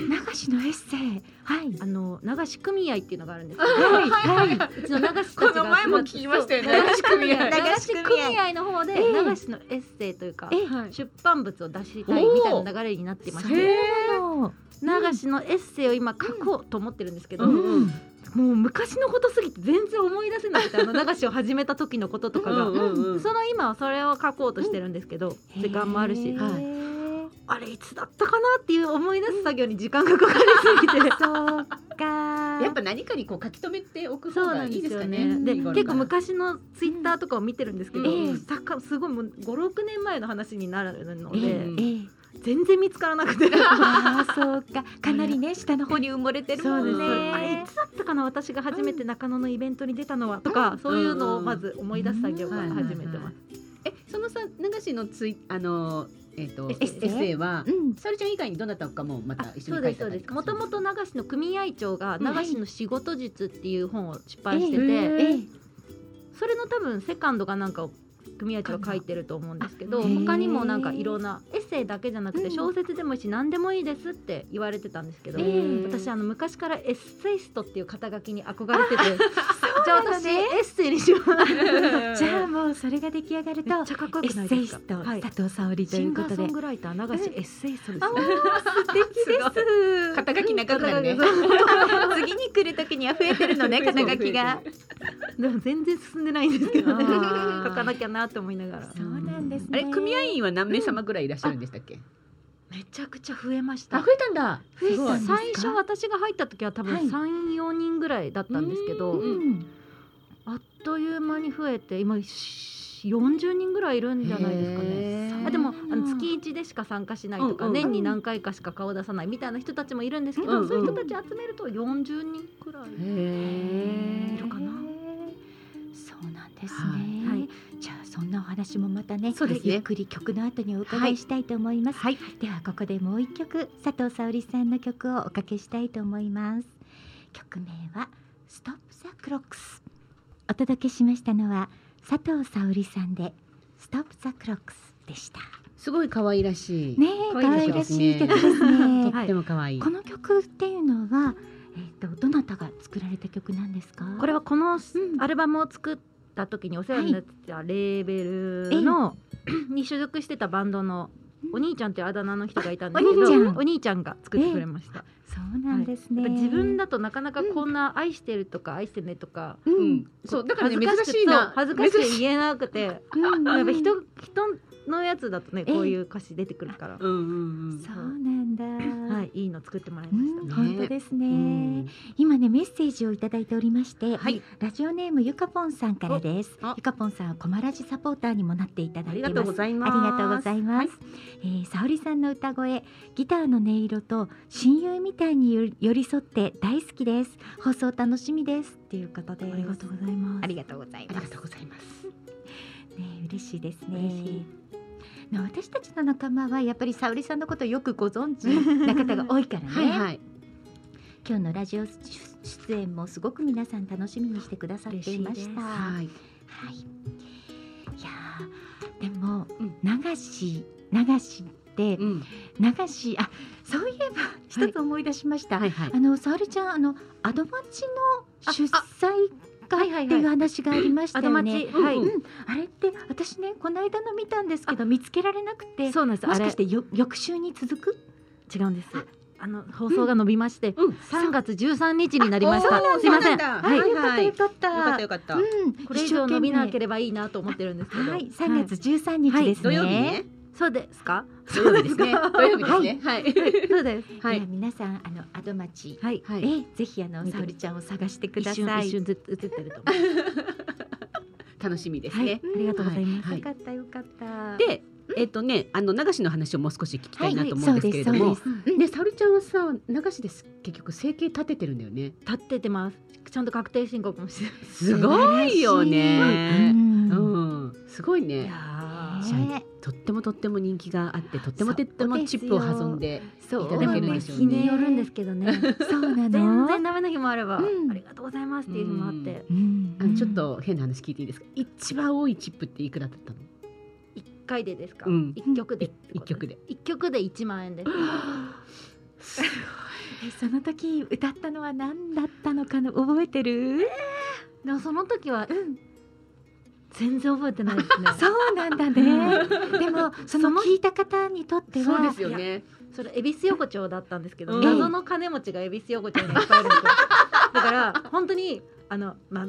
A: 流しのエッセイ、はい、
D: あの流し組合っていうのがあるんですけ
A: はい、はい、
D: どうちの流したちが
C: この前も聞きましたよね流し組合
D: 流し組合の方で
A: ええ
D: 流しのエッセイというか
A: ええ、
D: 出版物を出したいみたいな流れになってまし
C: おー
D: て
A: も
D: 流しのエッセイを今書こうと思ってるんですけど、
C: う
A: う、
C: ん
A: うん、
D: もう昔のことすぎて全然思い出せなくてあ の流しを始めた時のこととかが。その今はそれを書こうとしてるんですけど、時間もあるし、
A: へ
D: はい
A: ー
D: あれいつだったかなっていう思い出す作業に時間がかかりすぎて
A: そうか。
C: やっぱ何かにこう書き留めておく
D: そ
C: 方
D: う
C: が
D: なん
C: いいです
D: で
C: す
D: よ
C: か
D: ね
C: ね。
D: で
C: 日頃から
D: 結構昔のツイッターとかを見てるんですけど、
A: うんええ
D: さかすごいもう56年前の話になるの
A: え
D: で、
A: え
C: うん
A: ええ
D: 全然見つからなくて
A: ああそうか。かなりね下の方に埋もれてるも
C: そ
A: ん
C: うです
D: あれい
A: ね。
D: つだったかな私が初めて中野のイベントに出たのはとか、そういうのをまず思い出す作業から始めてます、
C: えそのさ流しのついあのえっ、とエ
A: エッセイ
C: ッセイは
A: うん。
C: さるちゃん以外にどなたかもまた
D: あ
C: 一
D: そ
C: 緒
D: う
C: に書
D: で
C: いて
D: す
C: た
D: そう
C: り
D: で
C: と
D: す
C: か
D: もともと流しの組合長が
A: うん
D: 流しの仕事術っていう本を出版してて、
C: え
A: ええ
D: それの多分セカンドかなんかを組合長が書いてると思うんですけど
A: へー
D: 他にもなんかいろんなエッセイだけじゃなく
A: う
D: て
A: ん
D: 小説でもいいし何でもいいですって言われてたんですけど、
A: ええ
D: 私あの昔からエッセイストっていう肩書きに憧れててじゃ
A: そ
D: あ
A: うなの
D: 私
A: ね
D: エッセイにしよう
A: じゃあもうそれが出来上がると
D: めっちゃかっこよ
A: エ
D: くな
A: ッ
D: い
A: セ
D: で
A: イ
D: すか
A: スト、
D: はい、
A: 佐藤沙織と
D: シ
A: い
D: ン
A: うこ
D: ガー
A: と
D: ソ
A: で
D: ン。グライター流しエッセイストですね
A: あー素敵です
C: ごい肩書き長くなるね
A: す。 次に来る時には増えてるのね
C: 増えて
A: 肩
C: る
A: 書きが。
D: でも全然進んでないんですけどね
C: あー
D: 書かなきゃなと思いながら
A: そうなんですね。
C: あれ組合員は何名様ぐらいいらっしゃるんでしたっけ？
D: めちゃくちゃ増えまし
C: あ
D: た
C: 増えたんだ。
A: 増え
C: すご
A: たん
C: い
A: ですか
D: 最初私が入った時は多
A: は
D: 分
A: い
D: 34人ぐらいだったんですけど、
C: うん
A: うん。
D: あっという間に増えて今し40人ぐらいいるんじゃないですかね。
C: へー
D: あでも
A: うん
D: あの月1でしか参加しないとか、
C: うんうん
D: 年に何回かしか顔出さないみたいな人たちもいるんですけど、
C: うんうん
D: そういう人たち集めると40人くらい。
C: へ
A: いる
C: ー
A: かな。そうなんですね。
C: はい
D: はい
A: じゃあそんなお話もまたね、
C: そうですね
A: ゆっくり曲の後にお伺いしたいと思います。
D: はい
A: ではここでもう一曲佐藤沙織さんの曲をおかけしたいと思います。曲名はストップザクロックス。お届けしましたのは佐藤沙織さんでストップザクロックスでした。
C: すごい可愛らしい。
A: ねえ、
C: 可
A: 可
C: 愛
A: 愛
C: いで
A: ら
C: す
A: しい
C: ね
A: 曲です
C: と
A: ね。
C: っても可愛い。
A: この曲っていうのは、えっ、とどなたが作られた曲なんですか。
D: これはこの
A: ん
D: アルバムを作った時にお世話になってたレーベルの、に所属してたバンドのお兄ちゃんというあだ名の人がいたんですけど
A: お兄ちゃん
D: お兄ちゃんが作ってくれました。
A: そうなんですね。
D: やっぱ自分だとなかなかこんな愛してるとか愛してねとか、
A: う
C: うんん。そうだからね
D: 恥
C: 珍
D: ずか
C: しいな。
D: そう恥ずかしく
C: 珍
D: て言えなくて、やっ
A: うん
D: ぱ人
A: う
D: 人のやつだとねこういう歌詞出てくるから、
C: うんうんうん。
A: んそうなんだ。
D: ははい、いいの作ってもらいました。
C: ね
A: 本当ですね、
C: うん
A: 今ねメッセージをいただいておりまして、
C: はい
A: ラジオネームゆかぽんさんからです
C: おあ
A: ゆかぽんさんはコマラジサポーターにもなっていただ
C: あ
A: いて
C: り
A: い
C: が
A: ます
C: とうございます。
A: ありがとうございます、えー沙織さんの歌声ギターの音色と親友みたいによ寄り添って大好きです放送楽しみですっていうことです
D: ありがとうございます。
A: ありがとうござい
C: あ
A: ま
C: り
A: す
C: がとうございます。
A: ね嬉しいですね
C: 嬉しい
A: まあ私たちの仲間はやっぱり沙織さんのことをよくご存知な方が多いからね
C: はいはい。
A: 今日のラジオ出出演もすごく皆さん楽しみにしてくださっていま
D: 嬉し
A: した
D: いです
A: は
C: はい。
A: い。いやーでも、
C: うん
A: 流し流しって
C: うん。
A: 流しあそういえば一つ思い出しました、
C: はいはい
A: あ。の沙織ちゃんあのアドマチの出
D: あ
A: 産が
D: はいはいはい
A: っていう話がありました
D: アド
A: よ
D: マ
A: ね
D: チ、はい、
C: うん
A: あれって私ねこの間の見たんですけど見つけられなくて
D: そうなんです。
A: も
D: あ
A: し
D: れ
A: かしてよ翌週に続く
D: 違うんです。あの放送が伸びまして、
C: うん。
D: 3月13日になりました
C: あお。ー
D: すいません。
C: そうなんだ
D: はい、
C: は
A: あ
C: い
A: よかったよかった、
C: よかったよかった。
A: うん、
D: これ以上伸びなけ
A: れ
D: ればいいなと思ってるんですけど。
A: はい、3月13日ですね、
C: 土曜日ね。
D: そうですか。
C: 土曜日ですね。 土曜日ですね。はい。
D: そうです。
C: はいい
A: や。皆さんあのアドマチ、
D: はい。
C: は
A: え
C: い。
A: ぜひあの
D: 見て
A: 沙織ちゃんを探してく
D: 一
A: ださ
D: 瞬
A: い
D: 一瞬ず映ってると思う。
C: 楽しみです
D: はい
C: ね。。
D: ありがとうございます。
C: は
A: よかったよかった
C: で、えっとね、あの流しの話をもう少し聞きたいなと思うんですけれど
A: はいは
C: も
A: い、そうですそうです、
C: ね、サルちゃんはさ、流しです結局整形立ててるんだよね。
D: 立っててます。ちゃんと確定申告もしてる。
C: すごいよね。
A: ん
C: うん、すごい
D: い
C: ね。
D: や
C: ーとってもとっても人気があって、とってもとってもチップを弾んで。
A: そ
C: いただけるんでしょうね
D: 日によるんですけど ね。
A: そうな
D: 全
A: の
D: 然ダメな日もあれば、
A: うん
D: ありがとうございますっていう日もあって、
A: うん
C: あのちょっと変な話聞いていいですか。一番多いチップっていくらだったの？
D: 一回でですか、
C: うん
D: 一曲でって
C: 一
D: こと
C: 曲で。
D: 一曲で一万円です
A: えその時歌ったのは何だったのかの覚えてる
D: でもその時は、全然覚えてないですね
A: そうなんだねでもその聞いた方にとって
C: そうで
A: は
C: すよね。
D: それ恵比寿横丁だったんですけど、
C: うん
D: 謎の金持ちが恵比寿横丁にいっぱいいるんですよだから本当にあのまあ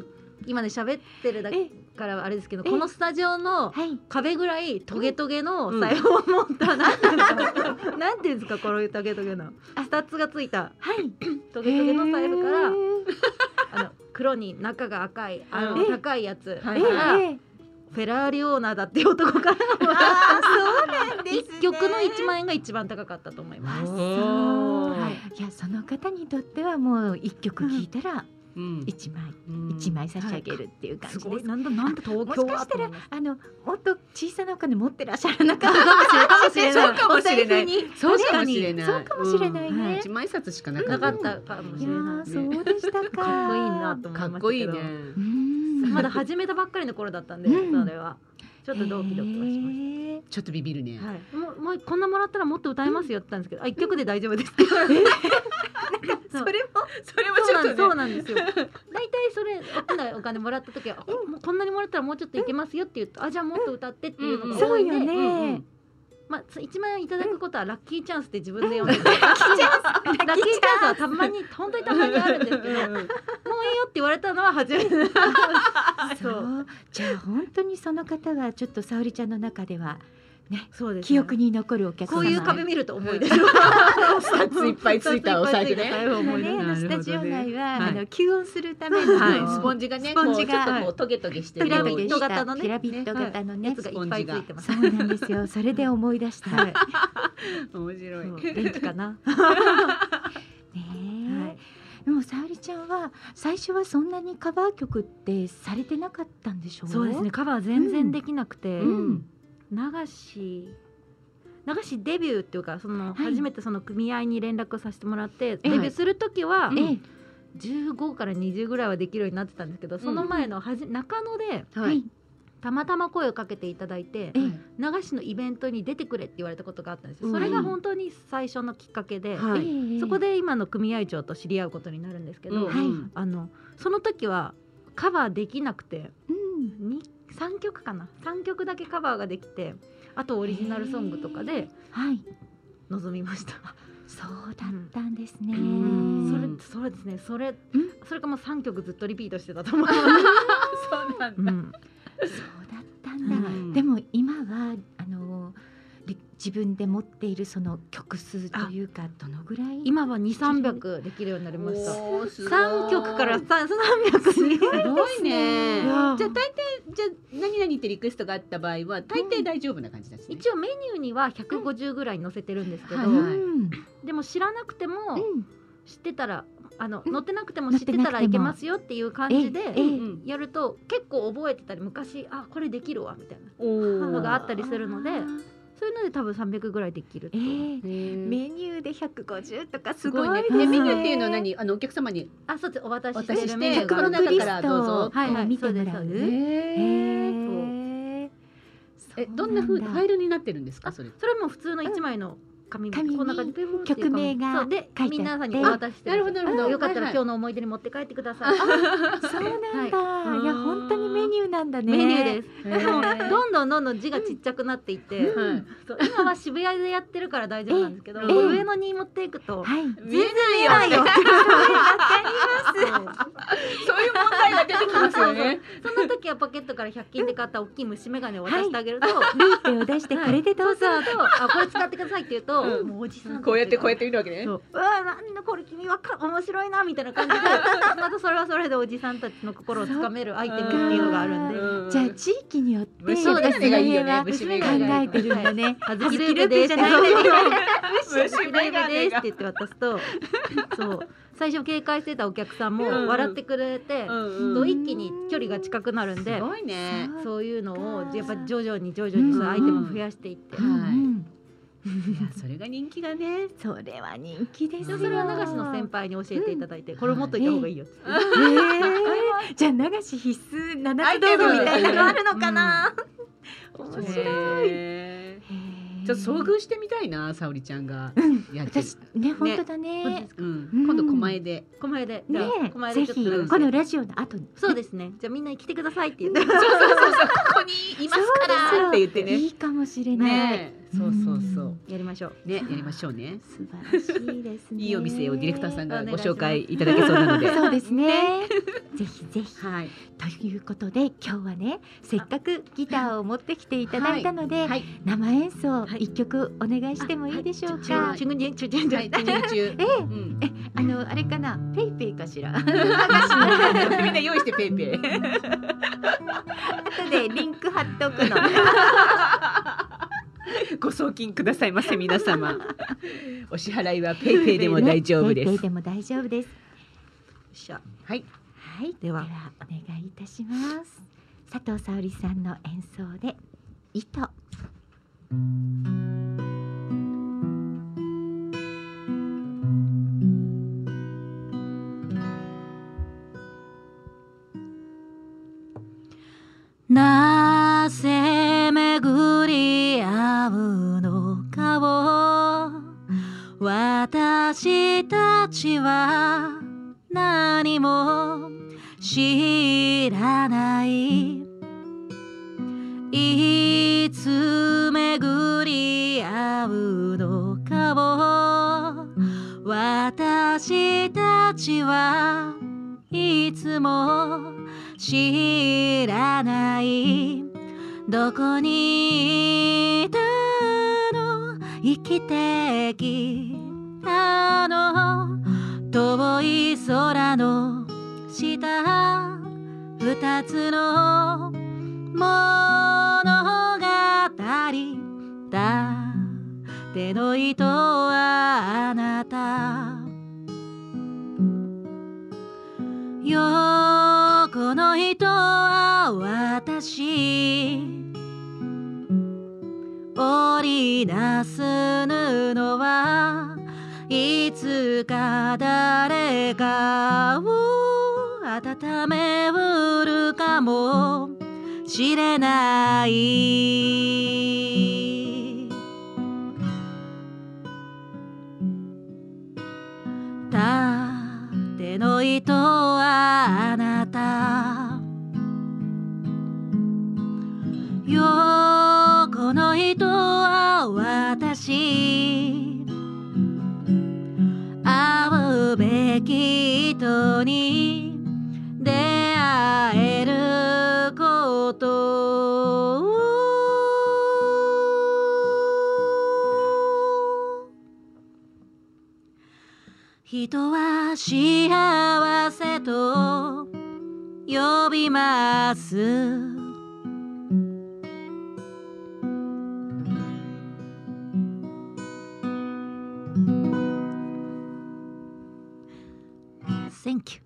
D: 今ね喋ってるだ
A: え
D: からあれですけど
A: え
D: このスタジオの
A: はい
D: 壁ぐらいトゲトゲ
C: う
D: の
C: ん
D: 財布を持った、なんていうんですかなんていうんですかこのトゲトゲのスタッツがついた
A: はい
D: トゲトゲの財布か
A: え
D: らあの黒に中が赤いあ
C: うん
D: の高いやつか
C: は
D: ら
C: い
A: ー
C: は
A: えー
D: フェラーリオーナーだっていう男からもらっ
A: あそうなん
D: た一曲の一万円が一番高かったと思います。
A: あそう
C: はい
A: いやその方にとってはもう一曲聞いたら
C: うん
A: 一枚
C: うん
A: 一枚差し上げるっていう感じです
D: ごいなんだなんだ東
A: も
D: 京
A: し
D: は
A: かした
D: と思
A: ら
D: います
A: あのもっと小さなお金持ってらっしゃらなかった
D: かもしれない
C: かもしれない。そうかもしれない。
A: そうかもしれないね
C: うん一枚札しかなか
D: な
C: っ
D: か
C: た。
D: ったかも
A: い
D: し
A: や
D: れない。
A: ーそうでしたか。
D: かっこいいなと思いましたけど。
C: かっこいい
A: う
C: ね。
A: ーん。
D: まだ始めたばっかりの頃だったんで、
A: うん
D: それはちょっとドキドキはしま
A: へ
D: し
A: ー
C: ちょっとビビるね。
D: た。はい、もうもうこんなもらったらもっと歌えますよって言ったんですけど、あ一曲で大丈夫ですって言われて。そう
C: れもそれも
D: そうなん
C: ちょっ
D: そう
C: とね。
D: なんですよ。大体それ大きなお金もらった時は、あもうこんなにもらったらもうちょっといけますよって言うと、あじゃあもっと歌ってっていうのが
A: そ
D: 多
A: う
D: いんで、
A: よね。
C: うんうん
D: まあつ一万円いただくことはラッキーチャンスって自分で呼んでて、ラッキーチャンス、ラッキーチャンスはたまに本当にたまにあるんですけど、もういいよって言われたのは 初めて。
A: そ。う。じゃあ本当にその方はちょっと沙織ちゃんの中では
D: そうです、
A: 記憶に残るお客様。
D: こういう壁見ると思い出す。
C: 二ついっぱいついたお財布ね。
A: 今ね、あのスタジオ内は、あの吸音するための、
C: はい、スポンジがね、
A: スポンジが
C: こうちょっとこうトゲトゲして
A: ピ
C: る
A: ラ
C: よう
A: ミ
C: に
A: ッ
D: ト
A: ド
D: ゲ型
A: 型
D: のね
A: ピラミッド型のね
D: やつがいっぱいついてます
A: そ。うなんです よ。それで思い出した。
D: はい
C: 面白い。
D: 元気かな。
A: ねえでも沙織ちゃんは最初はそんなにカバー曲ってされてなかったんでしょう
D: そうですね。カバー全然できなくて、
C: うん、
D: 流し流しデビューっていうかその
A: はい
D: 初めてその組合に連絡をさせてもらって、デ
C: え
D: ビューする時は
C: え
A: え
D: 15から20ぐらいはできるようになってたんですけど、その前のはじ中野で
A: え
C: はい。
D: たまたま声をかけていただいて
A: え
D: 流しのイベントに出てくれって言われたことがあったんですよ。
C: うん
D: それが本当に最初のきっかけで、
C: はい
A: ええ
D: そこで今の組合長と知り合うことになるんですけど、
A: んはい
D: あのその時はカバーできなくて
A: うん
D: に3曲かな3曲だけカバーができてあとオリジナルソングとかで
A: はい
D: 臨みました。
A: そうだったんですね、
C: うん
A: そ
D: そ
A: れ
D: れそれですねそれそれかもう3曲ずっとリピートしてたと思います、
C: そうなん
D: うん
A: そうだったんだ、
C: うん
A: でも今はあのり自分で持っているその曲数というかどのぐらい
D: 今は二三百できるようになりました。三
C: 三
D: 曲
C: 曲
D: か
C: からら
D: 三三百に。
C: すごいね。
D: い
C: じゃ
D: や
C: あ大抵じゃあ何々ってリクエストがあった場合は大抵大丈夫な感じなんですね。
D: 一応メニューには百五十ぐらい載せてるんですけど、
C: うんはい
A: うん
D: でも知らなくても
A: うん
D: 知ってたらあの
A: うん
D: 載ってなくても知ってたらいけますよっていう感じで
A: ええええ
C: うん
D: やると結構覚えてたり昔あこれできるわみたいな
C: お
D: の
C: お
D: があったりするので
A: あー
D: そういうので多分三百ぐらいできる
A: え。え
C: メ
A: メニューで150とかす
C: す
A: ご
C: ご
A: い
C: いね。
A: です
C: でメニューっていうのは何あのお客様に
D: あそうですお渡しして
C: 渡し
D: る
C: し
D: メニュ
C: て
D: ーが
C: この中からどうぞ。
D: はいはい
A: 見てもらう
D: そうですそうです
A: へ
C: え
A: ーそうな
C: え
A: んだ
C: どんな風ファイルになってるんですかそれ。
D: それも普通の一枚の紙に、
A: 紙に
D: こんな感じで
A: 曲名が
D: そうで
A: 書いてあって
D: 皆さんにお渡しして
C: なるほどなるほど。
D: よかったら今日の思い出に持って帰ってください、
A: そうなんだ、、
C: はいい
A: や本当にメニューなんだね
D: メニューです、
C: 日
D: でもどんどんどんどん字がちっちゃくなっていって、
C: うんはい
D: そう今は渋谷でやってるから大丈夫なんですけど、
C: ええ
D: 上野に持っていくと
A: はい
C: 見えないよ。そういう問題が出てきますよね。
D: その時はポケットから100均で買った大きい虫眼鏡を渡してあげると、
A: ルーペを出してこれでどうぞ、
D: そうするとあこれ使ってくださいって言うと、
C: うん
D: もうおじさん
C: こうやってこうやって見るわけね。
D: そううわなんだこれ君はか面白いなみたいな感じでま たそれはそれでおじさんたちの心をつかめるアイテムっていうのがあるんで。
C: うん
A: じゃあ地域によって
C: 虫
D: 眼
C: 鏡がいいよね
A: やっぱその辺は考えてるんだね
D: あず
A: ずき
D: きル
A: ル
D: ーペ
A: ーペじ
D: ですじゃ
A: ゃ
D: な
A: ないい
D: ん
A: ん
D: だ
A: だ
D: け
A: けど
D: ど虫眼鏡ですって言って渡すとそう最初警戒してたお客さんも
C: うんうん
D: 笑ってくれて、
C: うん
D: と
C: うん
D: 一気に距離が近くなるんです
C: ごいね。
D: そういうのをやっぱ徐々に徐々にそういうアイテムを増やしていって、
C: うんはい
A: うん
C: いやそれが人気だね。
A: それは人気です
D: で
A: よ
D: もそれは流しの先輩に教えていただいて、これ持っといた方がいいよって、
A: えー、じゃあ流し必須七つ道具みたいなのあるのかな、
C: 面
A: 面白い
C: 白い。ちょっと遭遇してみたいな、沙織ちゃんが
A: うん
C: やってる。
A: 私ね本当だね
D: ね
C: うん
A: うん
C: 今度狛江で。
D: こまえでじゃ
A: ね
D: あこまえ
A: ぜひ
D: でちょっと流して
A: このラジオの後に
D: そうですねじゃあみんなに来てくださいって言って
C: そうそうそうそう、ここにいますからって言ってね。
A: いいかもしれない、
C: ねえ、そうそうそう。
D: やりましょう
C: ね、やりましょうね。
A: 素晴らしいですね
C: いいお店をディレクターさんが
D: お願
C: ご
D: いしま
C: 紹
D: す
C: 介いただ けそうなので。
A: そうですね ぜひぜひ
C: はい。
A: ということで今日はねせっかくギターを持ってきていただいたので、
C: はい。
A: 生演奏
C: はい
A: 一曲お願いしてもいいでしょうか、
C: はい
D: チュンチュンチュンチュンチ
C: は
D: ュ
C: い、
D: ン
C: 準備中。
A: え
C: うん
A: あのあれかなペイペイかしら流し
C: みんな
A: な
C: 用意してペイペイ。
A: 後でリンク貼っとくの
C: ご送金くださいませ皆 様。お支払いは ペイペイでも大丈夫で
A: ペイ
C: す
A: ペイ。でも大丈夫です
D: しゃ
C: はい。
A: はいで
D: で
A: は
D: は
A: お願いいたします佐藤沙織さんの演奏で糸
D: なぜ巡り合うのかを私たちは何も知らないいつ巡り合うのかを私たちはいつも知らないどこにいたの生きてきたの遠い空の下二つの物語だ手の糸はあなたよこの人は私織りなす布はいつか誰かを温めうるかもしれない縦の糸はあなた横の糸は私会うべき人に出会えること人は幸せと呼びますセンキュ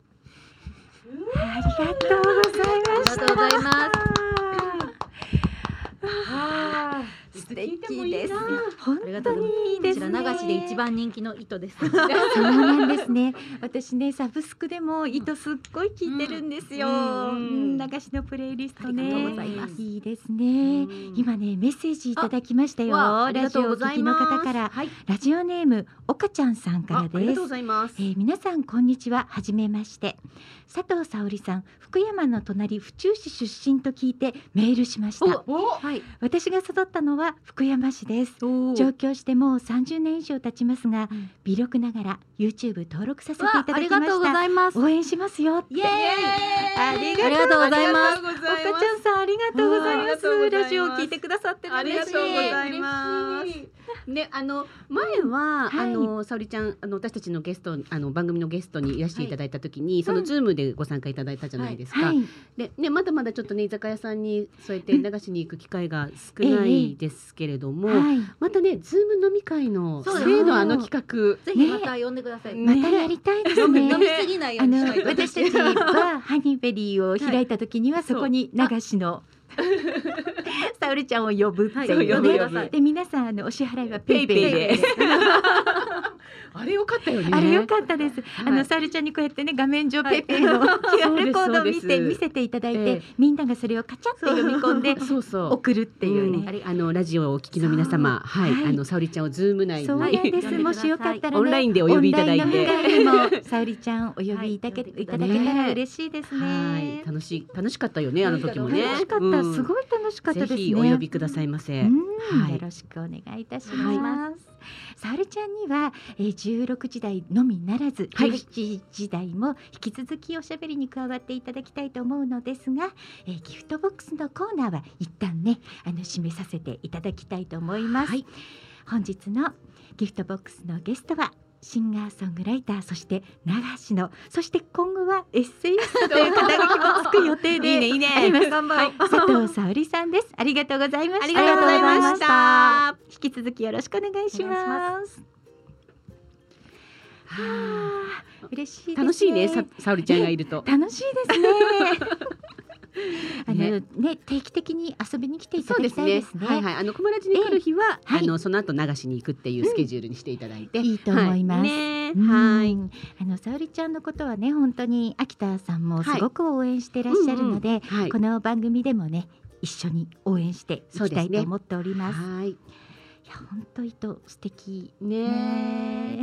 D: ー
A: ありがとうございま
C: り
A: し
C: が
A: た
C: とうございま
A: 素敵です本
C: ありがと
A: 当
C: うご
A: に
C: ざいま
A: いいですす
C: こち
A: ね
C: ら流しで一番人気の糸で す
A: そうなんですね。私ねサブスクでも糸すっごい聞いてるんですよ。
C: うん
A: うん流しのプレイリストね。
C: ありがとうございます
A: いいですね。今ねメッセージいただきましたよ。
C: わああり
A: ラ
C: が
A: ジ
C: とう
A: オ
C: ご
A: を
C: ざ
A: 聞
C: い
A: きの
C: ます
A: 方から
C: はい
A: ラジオネームおかちゃんさんから
C: ああり
A: です
C: がとうご。ざいます
A: えー皆さんこんにちははじめまして佐藤沙織さん福山の隣府中市出身と聞いてメールしました
C: はい
A: 私が育ったのは福山市です
C: お
A: 上京してもう30年以上経ちますが、
C: うん
A: 微力ながら YouTube 登録させてい
D: わ
A: ただ
D: あり
A: き
D: が
A: ま
D: と
A: し
D: うご
A: た
D: ざいます
A: 応援しますよって
D: イエーイ
A: ありが
D: ありがとうございます
A: おかちゃんさんありがとうございま
C: ありが
A: す
C: とうございま
A: ラ
C: す
A: ジオを聞いてくださってる
C: ありがとうございます
A: 嬉しい。
C: ね、あの前は、
A: はい
C: あの沙織ちゃん、あの私たちのゲスト、あの番組のゲストにいらしていただいたときに、そのズームでご参加いただいたじゃないですか。
A: はい、
C: で、ね、まだまだちょっとね、居酒屋さんにそうやって流しに行く機会が少ないですけれども。
A: はい、
C: またね、ズーム飲み会の
D: そう
C: 例のあの企
D: ぜひまた呼んでください、
C: ね
A: またやりたいです
D: 飲み
A: ね
D: 飲みすぎないよ
A: あ
D: うに
A: の
D: しないと
A: 私たちはハニーベリーを開いた時にはそこに流しの沙織ちゃんを呼ぶって
C: はい
A: い
C: 呼
A: う
C: ぶ
A: ね、
C: 呼ぶ
A: で皆さんあのお支払いはペイペイ
C: ペイペ
A: で
C: 画。あれよかったよ ね
A: あれ良かったです。あ
C: は
A: の
C: い
A: サルちゃんにこうやってね画面上ペイペイの QR コードを見
C: そうで
A: て
C: す
A: 見せていただい
C: ええ
A: て、みんながそれをカチャって読み込んで
C: そうそう。
A: 送るっていう
C: うんあ
A: ね。
C: れあのラジオをお聞きの皆様、はい、
A: はい
C: あの沙織ちゃんをズーム内に、
A: そうなんです。もしよかったらね、
C: オンラインでお呼びいただいて
A: オンラインの方にも沙織ちゃんをお呼びいたけ
D: はい呼んで
A: い
D: いた
A: た
D: だ
A: だ
C: い
A: け
C: て
A: たら嬉しいです
C: はい、
A: ね。
C: 楽しい楽しかったよねあの時もね。
A: 楽しかっ
C: う
A: た。
C: ん
A: すごい楽しかったですね。
C: ぜひお呼びくださいませ。
A: うん
C: はい
A: よろしくお願いいたします。沙織ちゃんには、えー、16時代のみならず
C: はい
A: 17時代も引き続きおしゃべりに加わっていただきたいと思うのですが、えーギフトボックスのコーナーは一旦ねあの締めさせていただきたいと思います。
C: はい
A: 本日のギフトボックスのゲストはシンガーソングライターそして流しのそして今後はエッセイストという肩書きもつく予定で
C: いいねいいね
A: あります
D: 頑張ろう
A: 佐藤沙織さんです。ありがとうございました。
D: ありがとうございまし
A: ありが
D: た
A: とうございました。引き続きよろしくお願いします。はあ、嬉しいです、ね。
C: 楽しいねさ沙織ちゃんがいると。
A: 楽しいですね。あの
C: ね
A: ね定期的に遊びに来ていた
C: そう
A: だき
C: です
A: たいで
C: ね
A: すね。
C: はいはいあの友達に来る日は、
A: ええはい
C: あのその後流しに行くっていうスケジュールにしていただいて、
A: いいと思います。
C: はね
A: うん
C: はい。
A: あの沙織ちゃんのことはね本当に秋田さんもすごく応援していらっしゃるので、
C: はい
A: この番組でもね一緒に応援していきたいと思っております。
C: はい
A: いや本当糸素敵
C: ねえ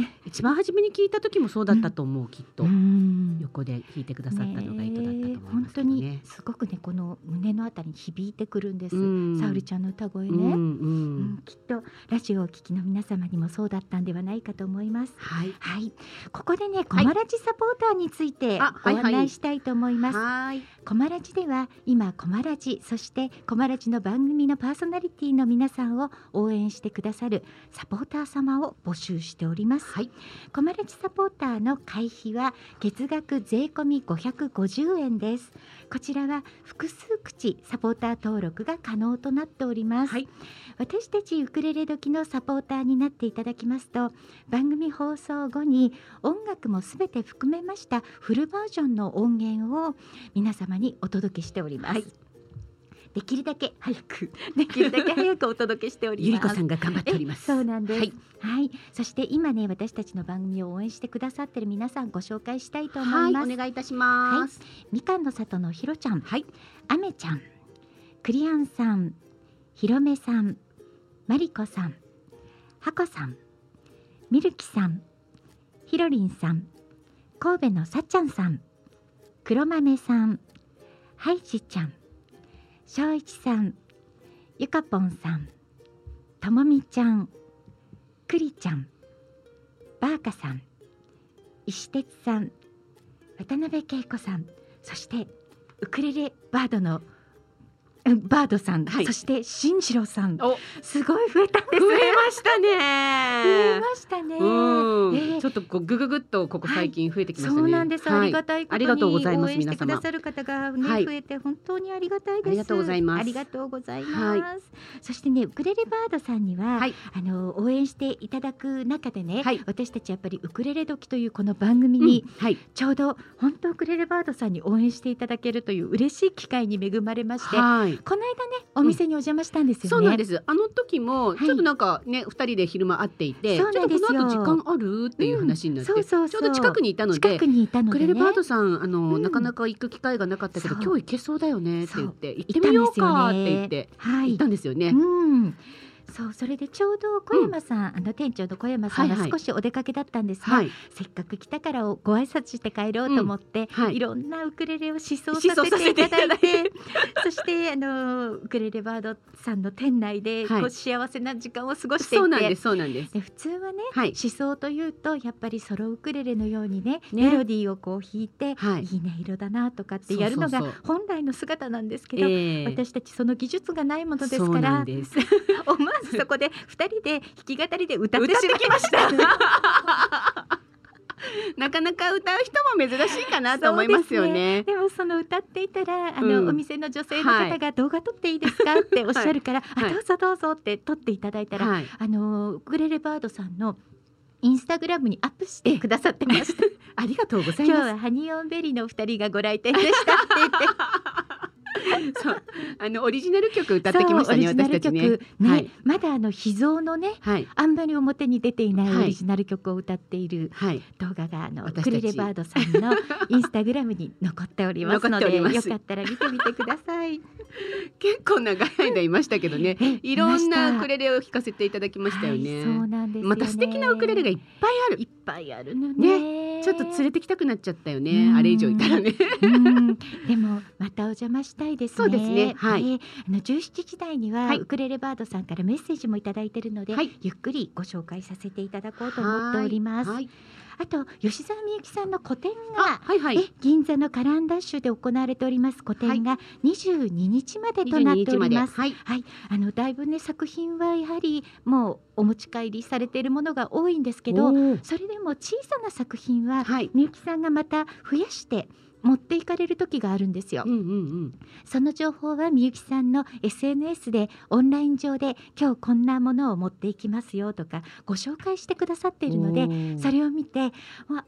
A: ね。
C: 一番初めに聞いた時もそうだったと思うきっと、
A: ん
C: 横で聞いてくださったのが糸だったと思いますけど
A: ねえ
C: ね
A: 本当に。すごくねこの胸のあたりに響いてくるんです。
C: うん
A: 沙織ちゃんの歌声ね。
C: うんう
A: うんんきっとラジオをお聞きの皆様にもそうだったんではないかと思います。
C: はい。
A: はい、ここでね、コマラジサポーターについて
C: あは
A: ご
C: いはい
A: 案内したいと思います。
C: はい。
A: コマラジでは今コマラジそしてコマラジの番組のパーソナリティの皆さんを応援してくださるサポーター様を募集しております、
C: はい
A: コマラジサポーターの会費は月額税込み550円ですこちらは複数口サポーター登録が可能となっております、
C: はい
A: 私たちウクレレ時のサポーターになっていただきますと番組放送後に音楽もすべて含めましたフルバージョンの音源を皆様にお届けしております、
C: はい
A: できるだけ早 くできるだけ早くお届けしており
C: ゆり
A: ます
C: こさんが頑張っております。
A: えそうなんです
C: はい。
A: はい、そして今ね私たちの番組を応援してくださってる皆さんご紹介したいと思います、
C: はい、お願いいたします。
A: みかんの里のひろちゃん
C: はい。
A: あめちゃんクリアンさんひろめさんまりこさんはこさんみるきさんひろりんさん神戸のさっちゃんさん黒豆さんはいじちゃんしょういちさんゆかぽんさんともみちゃんくりちゃんばあかさん石鉄さん渡辺恵子さんそしてウクレレバードのバードさん、
C: はい
A: そして新次郎さん
C: お
A: すごい増えたんです
C: 増えまし
A: 増
C: た
A: え
C: ね
A: ましたね、
C: うん、
A: ええ
C: ちょっとこうぐぐぐっとここ最近増えてきまし
A: そ
C: たね、
A: うなんです、
C: は
A: あ
C: い
A: りがたいこ
C: ありがと
A: と
C: うご
A: に
C: ざいま
A: 応
C: す
A: 援してく
C: 皆
A: だ
C: 様
A: さる方がね、
C: はい
A: 増えて本当にありがたいです
C: ありがとうございます
A: ありがとうございます、
C: はい
A: そしてねウクレレバードさんには、
C: はい
A: あの応援していただく中でね、
C: はい
A: 私たちやっぱりウクレレ時というこの番組
C: うん
A: に、
C: はい
A: ちょうど本当ウクレレバードさんに応援していただけるという嬉しい機会に恵まれましてこの
C: はい
A: 間ねお店にお邪魔したんですよね、
C: そうなんですあの時も
A: い
C: ちょっとなんかね、二人で昼間会っていてち
A: そ
C: ょ
A: う
C: っ
A: なん
C: と
A: ですよ
C: この後時間あるっていう話になって、
A: うんそうそう
C: ち
A: そ
C: ょ
A: う
C: うど近くにいたので
A: 近くにいたの
C: ク
A: で、ね、
C: レレバードさんあの、
A: うん
C: なかなか行く機会がなかったけど
A: そう
C: 今日行けそうだよねって言って行って
A: 行ったん
C: み
A: で
C: よう
A: すよ
C: かっ
A: ね
C: て言って
A: はい
C: 行ったんですよね。
A: うん。そうそれでちょうど小山さん、あの店長の小山さん
C: はいは
A: が
C: い
A: 少しお出かけだったんですが、
C: はい、
A: せっかく来たからをご挨拶して帰ろうと思って、
C: はい
A: い、ろんなウクレレを試奏
C: 試奏
A: さ
C: さ
A: せて
C: せ
A: い
C: て
A: ただ
C: いただい
A: いて
C: て
A: そしてあのウクレレバードさんの店内で、
C: はい
A: こう幸せな時間を過ごしていて
C: そうなんですそうなんです。
A: で普通はね
C: はい
A: 思想というとやっぱりソロウクレレのようにね
C: ね
A: メロディーをこう弾いて、
C: はい
A: い、い音色だなとかってやるのが
C: そうそう
A: 本来の姿なんですけど、
C: ええ
A: 私たちその技術がないものです
C: そう
A: か
C: なん
A: ら
C: です。
A: 思わずそこで二人で弾き語りで歌ってしまいました。
C: なかなか歌う人も珍しいかなと思いますよね。
A: でもその歌っていたらあの、
C: うん
A: お店の女性の方が動画撮っていいですかっておっしゃるから、
C: はい
A: あどうぞどうぞって撮っていただいたら、
C: はい、
A: あのウクレレバードさんのインスタグラムにアップしてくださってました。
C: ありがとうござい
A: 今日
C: ます。
A: はハニーオンベリーのお二人がご来店でしたって言って
C: そうあのオリジナル曲 歌ってきましたね
A: そうオリジナ
C: 私た
A: ル
C: ち
A: 曲
C: ね。
A: ね
C: はい
A: まだあの秘蔵のね
C: はい
A: あんまり表に出ていない
C: はい
A: オリジナル曲を歌っている
C: はい
A: 動画があの
C: 私
A: ク
C: たち
A: レレバードさんの インスタグラムに残っておりますの
C: 残っ
A: で
C: ておりま
A: よ
C: す
A: かったら見てみてください。
C: 結構長い間いましたけどね。いろんなウクレレを弾かせていただきましたよ
A: は
C: ね。
A: い、そうなんですよね。
C: また素敵なウクレレがいっぱいある。
A: いっぱいあるのね。
C: ちょっと連れてきたくなっちゃったよね。
A: うん
C: あれ以上いたらね。
A: うんでもまたお邪魔したいですね。
C: そうですねはい
A: であの十七時台には、
C: はい
A: ウクレレバードさんからメッセージもいただいているので、
C: はい
A: ゆっくりご紹介させていただこうと思っております。
C: はい
A: あと吉沢みゆきさんの個展
C: あ
A: が。
C: はいは
A: え
C: い。
A: 銀座のカランダッシュで行われております個展が22日までとなっ
C: 22
A: てお
C: 日ま
A: り
C: で。
A: ます。
C: はい。
A: あのだいぶね作品はやはりもうお持ち帰りされているものが多いんですけ
C: お
A: ど
C: ー
A: それでも小さな作品は
C: はい。
A: みゆきさんがまた増やして持っていかれる時があるんですよ
C: うん。うん
A: その情報はみゆきさんの SNS でオンライン上で今日こんなものを持っていきますよとかご紹介してくださって
C: う
A: い
C: ん。
A: るので
C: で
A: それを見てわ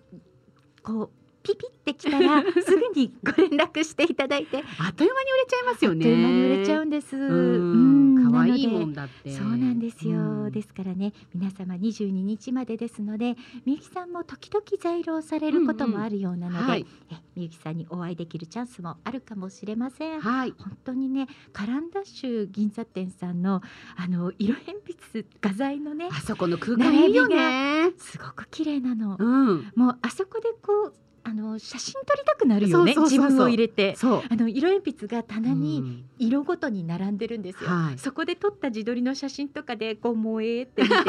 A: こうピピってきた らすぐにご連絡していただいて
C: あっという間に売れちゃいますよね。
A: あっという間に売れちゃうんです。
C: うん。可愛いも
A: なの
C: ん
A: で
C: だって。
A: そうなんですよ、
C: うん
A: ですからね皆様22日までですのでみゆきさんも時々在労されることもあるようなので、
C: はい
A: えみゆきさんにお会いできるチャンスもあるかもしれません。
C: はい。
A: 本当にねカランダッシュ銀座店さんのあの色鉛筆画材のね
C: あそこの空間いいよね。
A: すごく綺麗なの、
C: うん。
A: もうあそこでこうあの写真撮りたくなるよね
C: そうそうそうそう
A: 自分を入れて
C: そう。
A: あの色鉛筆が棚
C: う
A: に
C: ん
A: 色ごとに並んでるんですよ、
C: はい。
A: そこで撮った自撮りの写真とかでこう萌えって見てしまう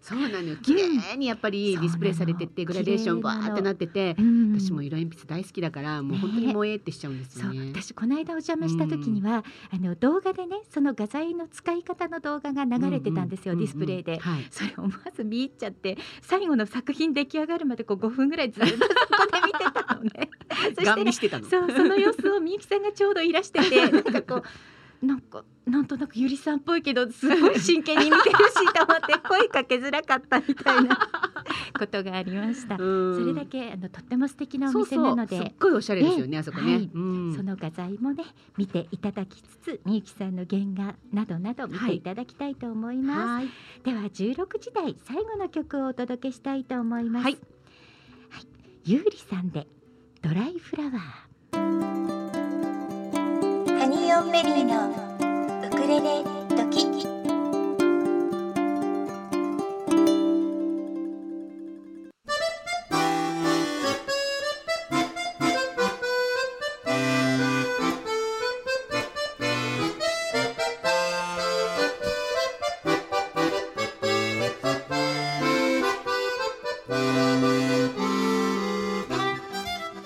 C: そうなのよ。綺麗にやっぱりディスプレイされて
A: そ
C: て、
A: う
C: グ
A: な
C: ラ
A: の
C: デーションバーってなってて。
A: うん
C: 私も色鉛筆大好きだから、もう本当に萌えってしちゃうんです
A: そ
C: よ
A: う
C: ね。
A: 私この間お邪魔した時には、あの動画でねその画材の使い方の動画が流れてたんですよ、
C: うう
A: ディスプレイで、
C: うんうんはい。
A: それ思わず見入っちゃって最後の作品出来上がるまでこう5分ぐらいずっとそこで見てた のねそし
C: ガ
A: て
C: ン
A: ね
C: 見してたの。
A: そうその様子をみゆきさんがちょうどいらして てなんかこうなんかなんとなくゆりさんっぽいけどすごい真剣に見てるしと思って声かけづらかったみたい なことがありました。そ
C: そ
A: れだけあのとっても素敵なお
C: そう
A: 店
C: そ
A: な
C: う
A: の
C: すっ
A: で。
C: ごいおしゃれですよね、あそこ
A: は
C: ね
A: い。
C: うん
A: その画材もね見ていただきつつみゆきさんの原画などなど見ていただきたいと思います。
C: はい。
A: では16時台最後の曲をお届けしたいと思います、
C: は
A: はいいゆうりさんでドライフラワー
B: ハニーオンベリーのウクレレドキ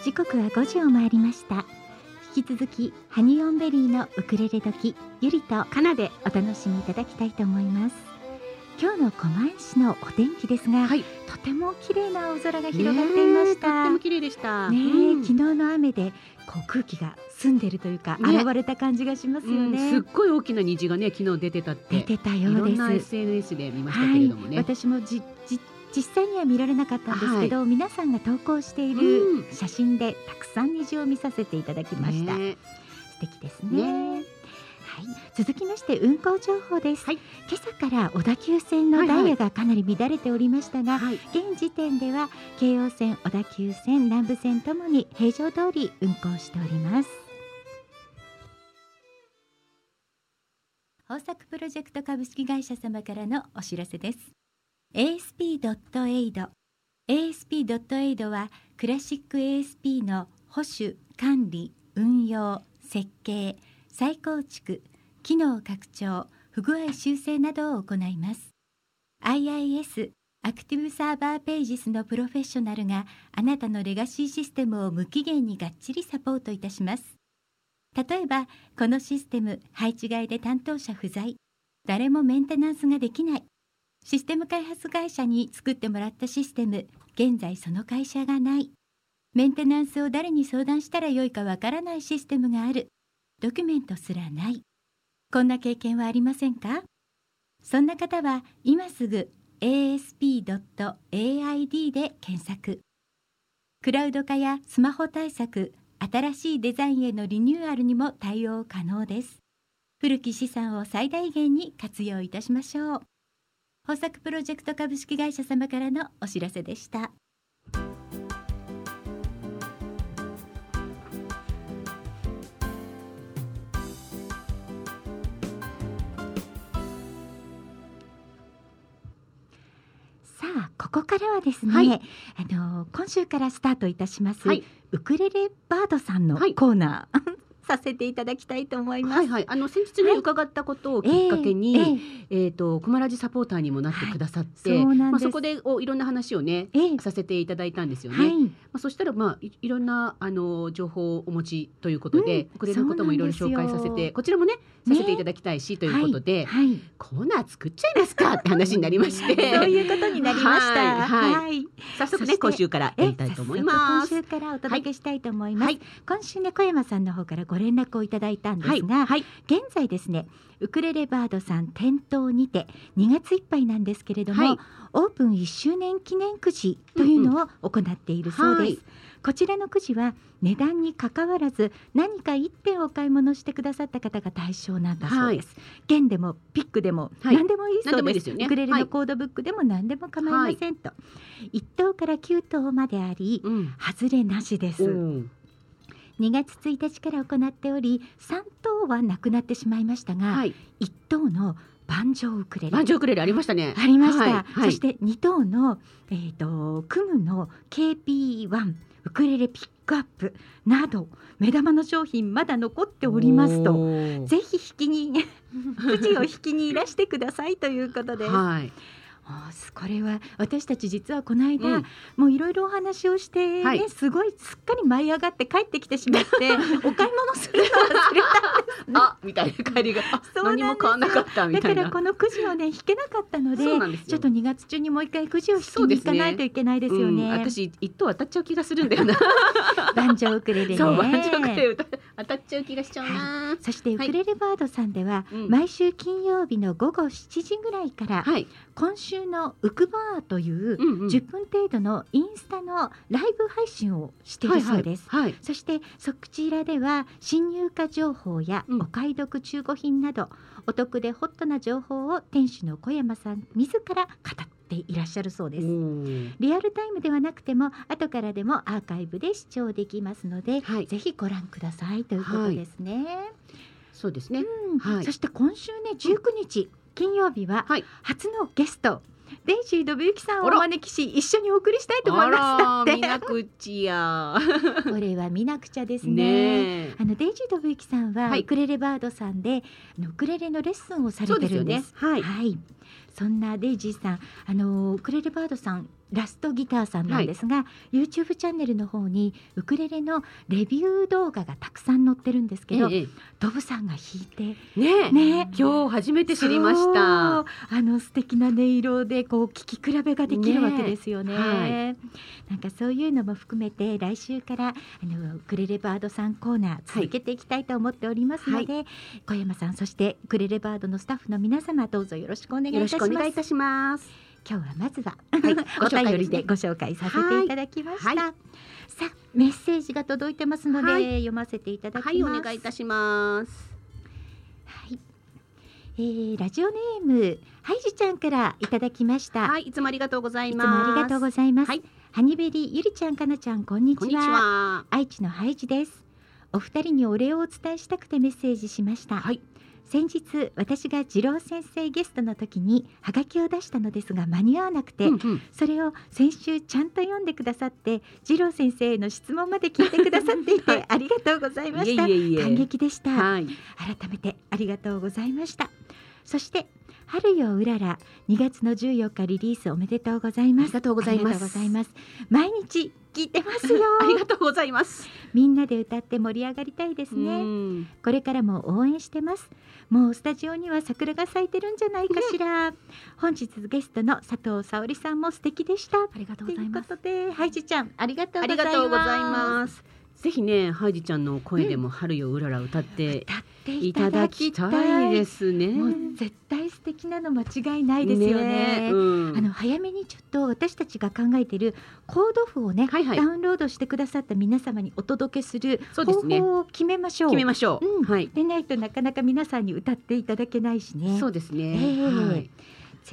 A: 時刻は5時を回りました引き続きハニオンベリーのウクレレ時ゆりと
E: かなで
A: お楽しみいただきたいと思います今日の狛江市のお天気ですが、
C: はい
A: とても綺麗な青空が広がっていまし
C: とって
A: た
C: も
A: ね
C: 綺麗でした。
A: え、
C: うん
A: 昨日の雨でこう空気が澄んでるというか、
C: ね
A: 現れた感じがしますよ
C: うん
A: ね、
C: すっごい大きな虹がね昨日出てたっ
A: 出
C: て。
A: てた
C: い
A: よ
C: ろ
A: うで
C: ん
A: す
C: な SNS で見ましたけれども
A: はい、
C: ね。
A: 私もじじ実際には見られなかったんですけど、皆さんが投稿している
C: うん
A: 写真でたくさん虹を見させていただきました、
C: ね
A: 素敵ですねはい、続きまして運行情報です、
C: はい
A: 今朝から小田急線のダイヤがかなり乱れておりましたが、
C: はい。
A: 現時点では京王線小田急線南武線ともに平常通り運行しております豊作プロジェクト株式会社様からのお知らせです ASP.AID ASP.AID はクラシック ASP の保守管理運用設計再構築機能拡張不具合修正などを行います IIS アクティブサーバーページスのプロフェッショナルがあなたのレガシーシステムを無期限にがっちりサポートいたします例えばこのシステム配置外で担当者不在誰もメンテナンスができないシステム開発会社に作ってもらったシステム現在その会社がないメンテナンスを誰に相談したらよいかわからないシステムがあるドキュメントすらないこんな経験はありませんかそんな方は今すぐ asp.aid で検索クラウド化やスマホ対策新しいデザインへのリニューアルにも対応可能です古き資産を最大限に活用いたしましょう豊作プロジェクト株式会社様からのお知らせでしたさあここからはですね、
C: はい
A: あの今週からスタートいたします、
C: はい
A: ウクレレバードさんの
C: はい
A: コーナー、 させていただきたいと思います。
C: はいはい、あの先日ね、
A: はい
C: 伺ったことをきっかけに、
A: え
C: え
A: え
C: ーとコマラジサポーターにもなってくださって、
A: はいそうなん
C: ま
A: で
C: あ
A: す
C: そこでおいろんな話をね
A: ええええ
C: させていただいたんですよね。
A: は
C: ま
A: い、
C: あそしたらまあいいろんなあの情報をお持ちということで、
A: うん
C: これのこともいろいろ
A: そう
C: 紹
A: なん
C: 介
A: ですよ
C: させて、こちらもねさせていただきたいし、ということで、
A: はい、
C: コーナー作っちゃいますかって話になりまして、
A: そういうことになりました。
C: はいはい
A: い
C: 早速
A: そし
C: ね
A: て
C: 今週からやりたいと思いま
A: 早速今
C: す。
A: 週からお届けしたいと思います。
C: はい
A: 今週ね小山さんの方からご連絡をいただいたんですが、
C: はい、
A: 現在ですねウクレレバードさん店頭にて2月いっぱいなんですけれども、
C: はい
A: オープン1周年記念くじというのを行っているそうです、
C: はい
A: こちらのくじは値段にかかわらず何か1点お買い物してくださった方が対象なんだそうです、弦でもピックでも
C: はい
A: 何でもいいそうです,、
C: 何でもいいですよね
A: ウクレレ
C: は
A: の
C: い
A: コードブックでも何でも構いませんと、1等から9等まであり
C: うん、
A: 外れなしです、
C: うん
A: 2月1日から行っており3等はなくなってしまいましたが、
C: はい、
A: 一等の盤上ウクレレ
C: ランジオクレレありましたね。
A: ありました、
C: はいはい
A: そして二等のえっ、とクムの KP1 ウクレレピックアップなど目玉の商品まだ残っておりますと
C: おー
A: ぜひ引きに くじを引きにいらしてくださいということです、
C: はい、
A: あーすこれは私たち実はこの間、
C: うん
A: もういろいろお話をして、ね
C: はい
A: すごいすっかり舞い上がって帰ってきてし まってお買い物するの忘れ
C: あみたいな帰りがあ
A: そうなんです
C: 何
A: よ
C: も変わんなかった み
A: た
C: たい
A: だか
C: な
A: らこのくじをね引けなかったので
C: そうなんですよ
A: ちょっと2月中にもう一回くじを引き
C: そう
A: に
C: で
A: 行
C: すね
A: かないといけないですよ
C: うん
A: ね。
C: 私一等当たっちゃう気がするんだよ な、
A: バンジョーウクレレね。
C: そうバンジョークレレ歌当たっちゃう気がしちゃうな、
A: そしてウクレレバードさんでは、
C: うん
A: 毎週金曜日の午後7時ぐらいから、
C: はい、
A: 今週のウクバーという
C: うんうん
A: 10分程度のインスタのライブ配信をしているそうです。
C: はいはい
A: そしてそちらでは新入荷情報や
C: うん
A: お買い得中古品など、お得でホットな情報を店主の小山さん自ら語っていらっしゃるそうです。
C: うん
A: リアルタイムではなくても後からでもアーカイブで視聴できますので、
C: はい
A: ぜひご覧くださいということですね。
C: そうですね
A: うん
C: はい
A: そして今週ね19日、金曜日は
C: はい
A: 初のゲスト、デイジー・ドビユキさんをお
C: あら
A: 招きし一緒にお送りしたいと思います。だ
C: あ
A: っ
C: ら
A: て
C: 見なくちや
A: これは見なくちゃですね。
C: ねえ
A: あのデイジー・ドビユキさんは
C: はい
A: ウクレレバードさんで、あのウクレレのレッスンをされ
C: そう
A: て
C: です
A: る
C: よ
A: んで
C: ね
A: す。
C: はい
A: はい、そんなデイジーさんあのウクレレバードさんラストギターさんなんですが、YouTube チャンネルの方にウクレレのレビュー動画がたくさん載ってるんですけど、
C: え
A: ドブさんが弾いて
C: えねえ
A: ね
C: 今日初めて知りました。
A: そうあの素敵な音色でこう聞き比べができるわけですよね。
C: ねは
A: なんかそういうのも含めて来週からあのウクレレバードさんコーナー続けていきたいと思っておりますので、小山さんそしてウクレレバードのスタッフの皆様どうぞよろしくお願いい
C: よ
A: たし
C: ろし
A: ま
C: く
A: す。
C: お願いいたします。
A: 今日はまずは、
C: い
A: お便りでご紹介させていただきました。
C: はいは
A: さあメッセージが届いてますので、
C: はい
A: 読ませていただきます。
C: はい、お願いいたします。
A: はい、えー、ラジオネームハイジちゃんからいただきました、
C: はい、いつもありがとうござ
A: い
C: い
A: つ
C: ま
A: も
C: す。
A: ありがとうございます、
C: はい
A: ハニベリゆりちゃんかなちゃんこんにち
C: こ
A: は
C: んにちは。
A: 愛知のハイジですお二人にお礼をお伝えしたくてメッセージしました、
C: はい
A: 先日私が次郎先生ゲストの時にハガキを出したのですが間に合わなくて、
C: うんうん
A: それを先週ちゃんと読んでくださって次郎先生への質問まで聞いてくださっていて、
C: はい
A: ありがとうございま
C: いえ
A: し
C: い
A: た
C: えいえ。
A: 感激でした、
C: はい。
A: 改めてありがとうございましたそして春ようらら2月の14日リリースおめでとうございます
C: ありがとうござい
A: あり
C: ます
A: がとうございます毎日聞いてますよ
C: ありがとうございます。
A: みんなで歌って盛り上がりたいです
C: う
A: ね
C: ん
A: これからも応援してますもうスタジオには桜が咲いてるんじゃないかしら、本日ゲストの佐藤沙織さんも素敵でした
D: ありが
A: と
D: とうござ
A: い
D: いう
A: こ
D: ます。
A: とでハイジちゃんありがとう
C: あ
A: ございます
C: りがとうございます。ぜひね、ハイジちゃんの声でも春ようらら歌って
A: 歌って
C: い
A: い
C: た
A: た
C: だ
A: だき
C: きた
A: た
C: い
A: い
C: ですね。
A: もう絶対素敵なの間違いないですよね
C: うん
A: あの早めにちょっと私たちが考えているコード譜をね、
C: はいはい
A: ダウンロードしてくださった皆様にお届けする
C: そうで
A: 方
C: すね
A: 法を決めましょう。
C: 決めましょう。
A: うん
C: はい。
A: でないとなかなか皆さんに歌っていただけないしね。
C: そ
A: ぜ
C: うですね。
A: ええ
C: はい。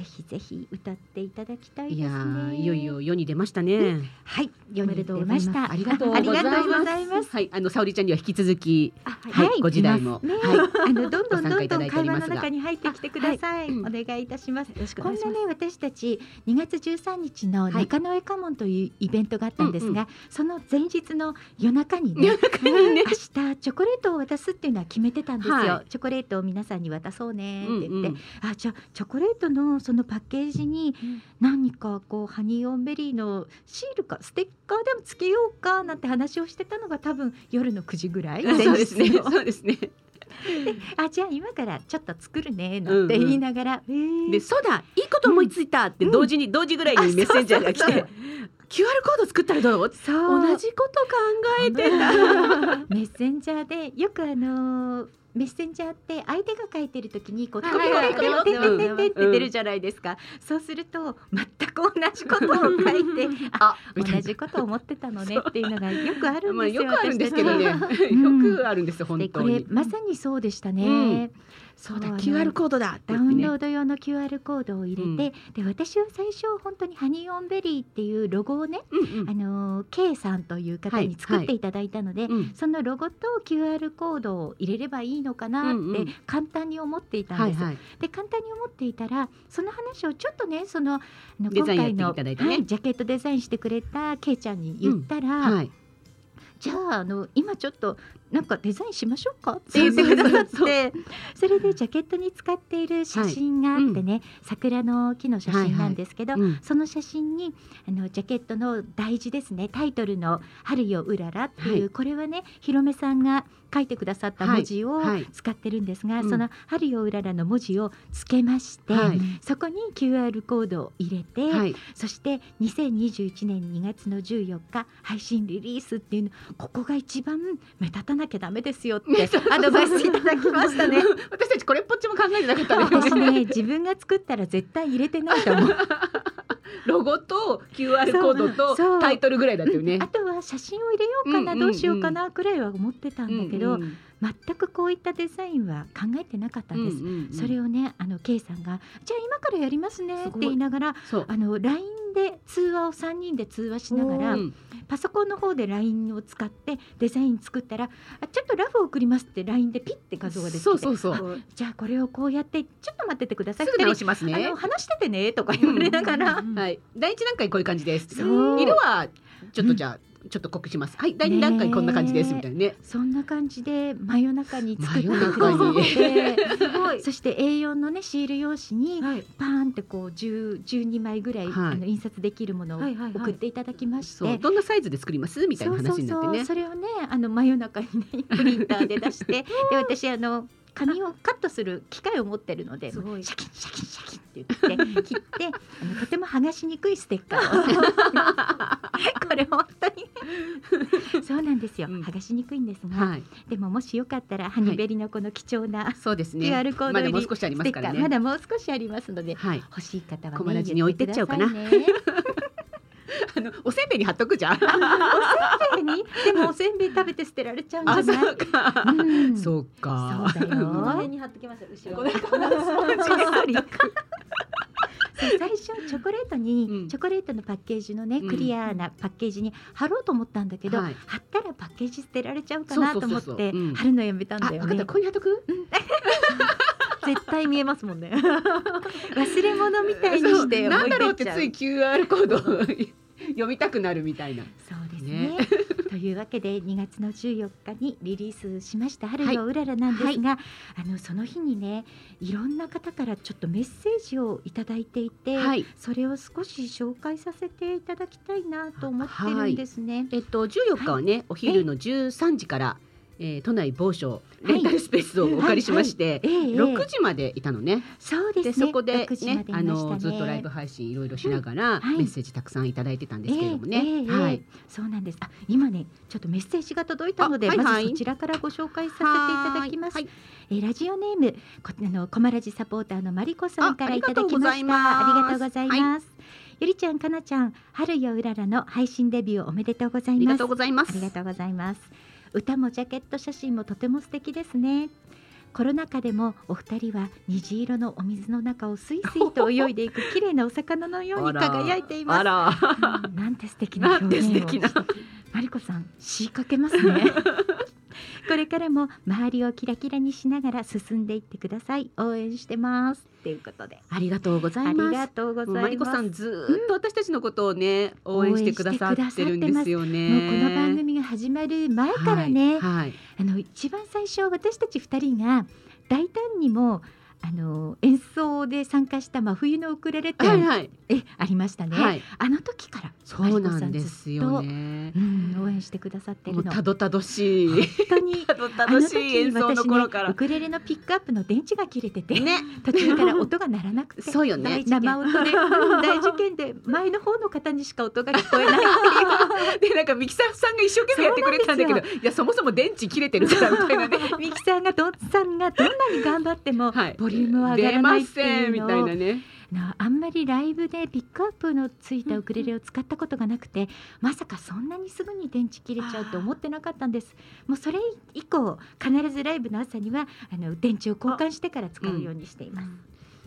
A: ひぜひ歌っていただきたい
C: い
A: で
C: や
A: す
C: ー
A: ね。
C: いよいよ世に出ましたね。
A: はい、読め出
D: おめでとうござい
A: まし
D: ます
A: た。
C: ありがとうご
A: あ
C: ざ
A: りがとうござ
C: い
A: いま
C: ますす。。はい、あの沙織ちゃんには引き続き、
A: あ
C: はい、ご時代も、
A: ね
C: はい、
A: あのどんどんどん
C: ご参加い
A: ど
C: た
A: ん
C: だいてお
A: 会
C: り
A: 話
C: ま
A: の
C: すが
A: 中に入ってきてください。
C: うん
A: お願いいたします。
D: よろしくお
A: こん
D: 願いし
A: な
D: ま
A: ね
D: す。
A: 私たち2月13日の
C: はい
A: 中野絵家門というイベントがあったんですが、
C: うんう
A: その前日の夜中にね
C: 夜中に ね
A: 明日チョコレートを渡すっていうのは決めてたんですよ、
C: は
A: チョコレートを皆さんに渡そうねって言って、
C: うんうん
A: あじゃあチョコレートのそのパッケージに
D: うん
A: 何かこうハニーオンベリーのシールかステッカーでもつけようかなんて話をしてたのが多分夜の9時ぐらい
C: そうですね、
A: 前日の
C: そうですね。
A: あじゃあ今からちょっと作るねなんて言いながら、えー
C: で、そうだ、いいこと思いついたって同時に、同時ぐらいにメッセンジャーが来
A: あそう
C: て
A: そう、
C: QR コード作ったらどう？
A: そう
C: 同じこと考え てた。
A: メッセンジャーでよくあのーメッセンジャーって相手が書いてるときにこう
D: はい
A: コピ
C: はい
A: コピコピコ
C: うん
A: ピコピって出るじゃないですか、そうすると全く同じことを書いて あ
C: あ、みた
A: 同
C: いな
A: じことを思ってたのねっていうのがよくあるん
C: まあ
A: ですよ
C: よくあるんですけどね、よ
A: ん
C: くあるんですよ
A: 私
C: 本
A: でこ
C: 当
A: れ
C: に。
A: まさにそうでしたね、
C: うん
A: そ
C: そうだ、
A: あの
C: QR コードだっ
A: ダ
C: て
A: ウ
C: 言って
A: ン
C: ね
A: ロ。ード用の QR コードを入れて、
C: うん
A: で私は最初本当にハニーオンベリーっていうロゴをね、
C: うんうん
A: あのー K さんという方に作っていただいたので、
C: うん
A: そのロゴと QR コードを入れればいいのかなっ
C: うんうん
A: て簡単に思っていたん
C: は
A: で
C: い
A: す。
C: はい。
A: で簡単に思っていたらその話をちょっとねそのあの
C: デ
A: 今
C: ザイン
A: 回
C: や
A: の
C: っていただいてね
A: はい、ジャケットデザインしてくれたけいちゃんに言ったら、
C: はい。
A: じゃああの今ちょっとなんかデザインしましょうかって言ってくださっ
C: そうそう
A: てそれでジャケットに使っている写真があってね、桜の木の写真なんですけど、
C: うん
A: その写真にあのジャケットの大事ですねタイトルの「春ようらら」っていう、
C: はい
A: これはねひろめさんが書いてくださった文字を
C: はいはい
A: 使ってるんですが、
C: うん
A: その「春ようらら」の文字をつけまして、
C: はい
A: そこに QR コードを入れて、
C: はい。
A: そして2021年2月の14日配信リリースっていうのここが一番目立たなきゃダメですよ ってアドバイスいただきましたね。。
C: 私たちこれっぽっちも考えてなかったです
A: 私ね自分が作ったら絶対入れてないと思う
C: ロゴと QR コー
A: そう
C: ド
A: そ
C: と
A: う
C: タイトルぐらいだったよね
A: あ。とは写真を入れようかな、
C: うんうんう
A: ど
C: ん
A: うしようかなくらいは思ってたんだけど、
C: うんうん
A: 全くこういったデザインは考えてなかったんです。
C: うんうんうん
A: それをねあの K さんが「じゃあ今からやりますね」って言いながら
C: そう
A: あの LINE で通話を3人で通話しながら
C: うん
A: パソコンの方で LINE を使ってデザイン作ったら「あちょっとラフを送ります」って LINE でピッて画像が出てきて
C: そうそうそう
A: あじゃあこれをこうやって「ちょっと待っててくださ
C: す
A: い」
C: ぐ直します
A: 二人あ
C: ね
A: の。話しててね」とか言われながら、
C: はい。第一段階こういう感じです。
A: そう
C: 色はちょっとじゃあちょっと告知します。はい、第二段階こんな感じですみたいなね。
A: そんな感じで真夜中に作って
C: 真夜中に
A: くれて
D: すごい。
A: そして A4 のねシール用紙に
C: はい、
A: パーンってこう10 12枚ぐらい、
C: はい
A: あの印刷できるものを
D: はいはいはい
A: 送っていただきまして、
C: そう、どんなサイズで作りますみたいな話になっ
A: そ
C: て
A: うそうそ
C: ね
A: う。それをねあの真夜中にねプリンターで 出してで私あの紙をカットする機械を持ってるのでシ
D: す
A: ャ
D: ご
A: キ
D: い
A: ンシャキンシャキンって言って切ってあのとても剥がしにくいステッカ ーをこれ本当 にそうなんですよ、
C: うん
A: 剥がしにくいんですが、
C: はい、
A: でももしよかったらハニベリのこの貴重な
C: そうですね。
A: QR コード
C: まだ
A: 入
C: もう
A: り
C: 少しあり
A: ス
C: ま
A: テ
C: す
A: ッカー
C: から
A: ま,、
C: ね。
A: だもう少しありますので
C: はい、
A: 欲しい方はね
C: 小村寺に置いてっちゃおうかな
A: 言ってくださいね
C: あのおせんべいに貼っとくじゃん。
A: おせんべいにでもおせんべい食べて捨てられちゃうんじ
C: あ、
A: ゃ
C: そ
A: ないう
C: か。
A: うん
C: そうか。
A: そうだよ。
D: この辺に貼ってきました後ろ。
C: ごめん
D: ごめん
A: そう最初チョコレートに、
C: うん
A: チョコレートのパッケージのね
C: うん
A: クリアなパッケージに貼ろうと思ったんだけど、
C: はい
A: 貼ったらパッケージ捨てられちゃうかな
C: そ
A: と
C: うそう
A: 思
C: そ
A: っ
C: うそう
A: て
C: うん
A: 貼るのやめたんだ
C: あ、分
A: よ
C: かった。
A: ね。
C: ここに貼っとく。
D: 絶対見えますもんね。
A: 忘れ物みたいに
C: そ
A: し
C: う
A: て
C: なんだろう
A: 置いて
C: って
A: っちゃう
C: つい QR コードを 読みたくなるみたいな。
A: そうですね。 というわけで2月の14日にリリースしました春のうららなんですが、あのその日にねいろんな方からちょっとメッセージをいただいていて、
C: い。
A: それを少し紹介させていただきたいなと思ってるんですね。
C: えっと14日はね、お昼の13時から、えー、都内某所
A: はい
C: レンタルスペースをお借りしまして。
A: ええ
C: 6時までいたのね。
A: そう
C: で
A: ですね。
C: そこで
A: 6時ま
C: ね
A: でいま
C: あ
A: したね
C: のずっとライブ配信いろいろしながら、
A: はい
C: メッセージたくさんいただいてたんですけれどもね。
A: ええええ
C: は
A: え
C: い
A: え。そうなんです。あ、今ね、ちょっとメッセージが届いたので、
C: あはいはい
A: まずそちらからご紹介させていただきます。
C: はい
A: えーラジオネームこあのコマラジサポーターのマリコさんから
C: あ
A: いただきましたあり
C: あ
A: がとうご
C: りがとうご
A: ざ
C: ざ
A: い
C: い
A: ま
C: ますす
A: ゆりちゃんかなちゃん春ようららの配信デビューおめでとうござ
C: あ
A: い
C: り
A: ま
C: が
A: す
C: とうございます。
A: ありがとうございます歌もジャケット写真もとても素敵ですねコロナ禍でもお二人は虹色のお水の中をスイスイと泳い でいく綺麗なお魚のように輝いています
C: あら。
A: うんなんて素敵な表現を
C: なんて素敵な
A: マリコさん仕掛けます ねこれからも周りをキラキラにしながら進んでいってください応援してますっていうことで
C: ありがとうござ
A: あり
C: います。
A: がとうござい
C: もう
A: ます
C: マリコさんずーっと私たちのことをね、
A: ん
C: 応援してくださってるんですよね。
A: もうこの番組が始まる前からね、
C: はいはい
A: あの一番最初私たち二人が大胆にもあの演奏で参加した真冬のウクレレ展、
C: はいはい
A: えありましたね、
C: はい
A: あの時から
C: そうなんですよ
A: マリコ
C: ね
A: さ。んずっと、うん、応援してくださって
C: も
A: る
C: う
A: の
C: た
A: 本
C: どたどしい
A: 当に
C: たどた
A: あの
C: どし
A: 時
C: い演奏の頃
A: 私
C: か
A: ね、ウ
C: ら
A: クレレのピックアップの電池が切れてて、
C: ね
A: 途中から音が鳴らなくて
C: そうよね
A: 生音で、うん大事件で前の方の方にしか音が聞こえないって
C: でなんかミキサーさんが一生懸命やってくれてたんだけ
A: そう
C: どいやそもそも電池切れてるからみたいなね
A: いう ミキサーがどっさんがどんなに頑張っても、
C: はい
A: ボリュームは上がらないって
C: 出ません
A: い
C: み
A: う
C: た
A: の
C: い
A: を
C: なね
A: なあんまりライブでピックアップのついたウクレレを使ったことがなくて、まさかそんなにすぐに電池切れちゃうと思ってなかったんですもうそれ以降必ずライブの朝にはあの電池を交換してから使うようにしています、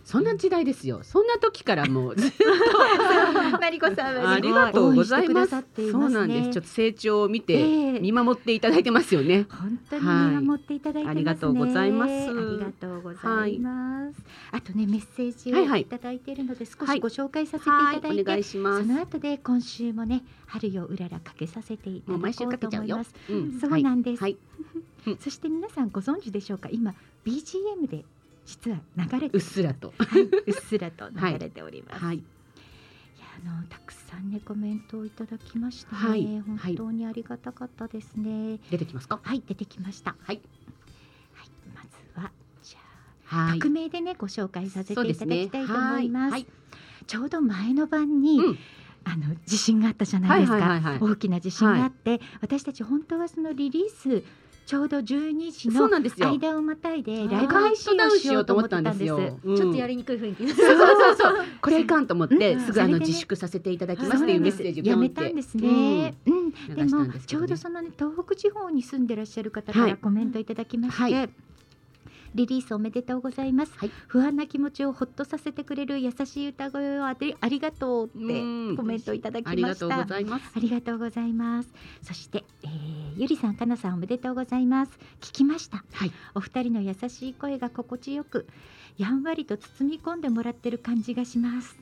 C: そんな時代ですよそんな時からもうずっと
A: マリコさん
C: ありがとうございます
A: 応援してくださってい
C: そ
A: ま
C: う
A: す
C: なんで
A: ね
C: すちょっと成長を見
A: え
C: て
A: え
C: 見守っていただいてますよね
A: 本当に見守っていただいてますね、
C: はいありがとうございます
A: ありがとうございます、あとねメッセージ
C: はいは
A: を
C: い
A: いただいているので少
C: は
A: し
C: い
A: ご紹介させてい
C: はい
A: ただいて、
C: お願いしま
A: そ
C: す
A: の後で今週もね春ようららかけさせていた
C: もう
A: だ
C: 毎週
A: こう
C: か
A: と
C: けちゃ
A: 思
C: う
A: いま
C: よ
A: す、
C: うん
A: そうなんです、
C: はいうん
A: そして皆さんご存知でしょうか今 BGM で実は流れて
C: うっすらと
A: はい、うっすらと流れております、
C: はい
A: いやあのたくさんねコメントをいただきましたね、
C: はい
A: 本当にありがたかったですね
C: 出てきますか
A: はい、出てきました
C: はい
A: はい、まずはじゃあ、
C: はい
A: 匿名でねご紹介させてい
C: そ
A: た
C: う
A: だ
C: で
A: き
C: す
A: た
C: ね
A: いと思います
C: はい
A: ちょうど前の晩に、
C: うん
A: あの地震があったじゃないですか、
C: はいはいはいは
A: 大きな地震があって、私たち本当はそのリリースちょうど12時
C: そう
A: の
C: なんですよ
A: 間をまたいで
C: あー
A: ライブ配信をしようと思ってたんです
C: カウントダウンしようと思ったんですようん
D: ちょっ とやりにくい雰囲
C: そ
D: 気。
C: うそうそうそうこれいかんと思っ
A: う
C: て
A: ん
C: すぐあ
A: それ
C: の
A: でね
C: 自粛させていただき
A: そう
C: ますっていうメッセージを
A: や
C: ポン
A: め
C: って
A: たんですね、うん
C: うん
A: で
C: 流した
A: も
C: んですけ
A: ちょ
C: ど
A: う
C: ね
A: どそのね東北地方に住んでらっしゃる方か
C: は
A: ら
C: い
A: コメントいただきまして、
C: はい
A: リリースおめでとうございます、
C: はい
A: 不安な気持ちをほっとさせてくれる優しい歌声をあてありがとうって
C: うん
A: コメントいただき
C: あり
A: ま
C: が
A: し
C: と
A: た
C: うございます
A: ありがとうございます。そして、えーゆりさん、かなさん、おめでとうございます。聞きました。
C: はい
A: お二人の優しい声が心地よく、やんわりと包み込んでもらってる感じがします。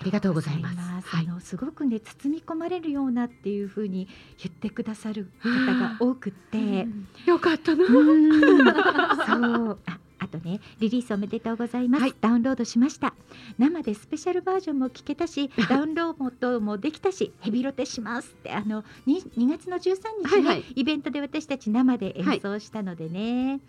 A: ありがと
C: ありがとうございます。は
F: あ
C: い、
F: のすごくね包み込まれるようなっていうふうに言ってくださる方が多くって、
C: よかったな。
A: うんそうああとねリリースおめでとうございます、
C: はい
A: ダウンロードしました生でスペシャルバージョンも聞けたしダウンロードもできたしヘビロテしますってあの 2, 2月の13日ね、
C: はいはい
A: イベントで私たち生で演奏したのでね、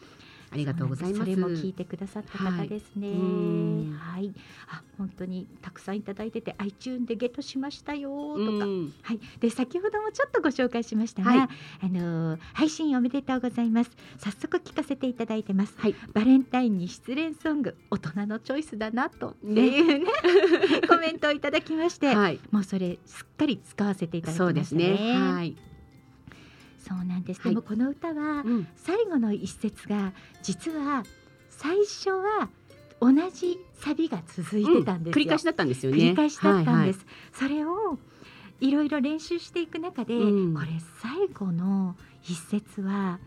C: ありがとうございます。
A: それも聞いてくださった方ですね
C: はいう。ん
A: はい、あ、本当にたくさんいただいてて、iTune でゲットしましたよ
C: う
A: とか。
C: ん
A: はい、で、先ほどもちょっとご紹介しましたが、
C: はい
A: あのー配信おめでとうございます。早速聞かせていただいてます。
C: はい
A: バレンタインに失恋ソング、大人のチョイスだなと、って いうね、コメントをいただきまして。
C: はい、
A: もうそれすっかり使わせていただきま
C: そうで
A: し
C: す
A: たね。
C: ね。はい、
A: そうなんです。
C: はい
A: でもこの歌は
C: うん
A: 最後の一節が実は最初は同じサビが続いてたんですよ、
C: 繰り返しだったんですよね。。
A: 繰り返しだったんですす、それをいろいろ練習していく中で、
C: うん
A: これ最後の一節は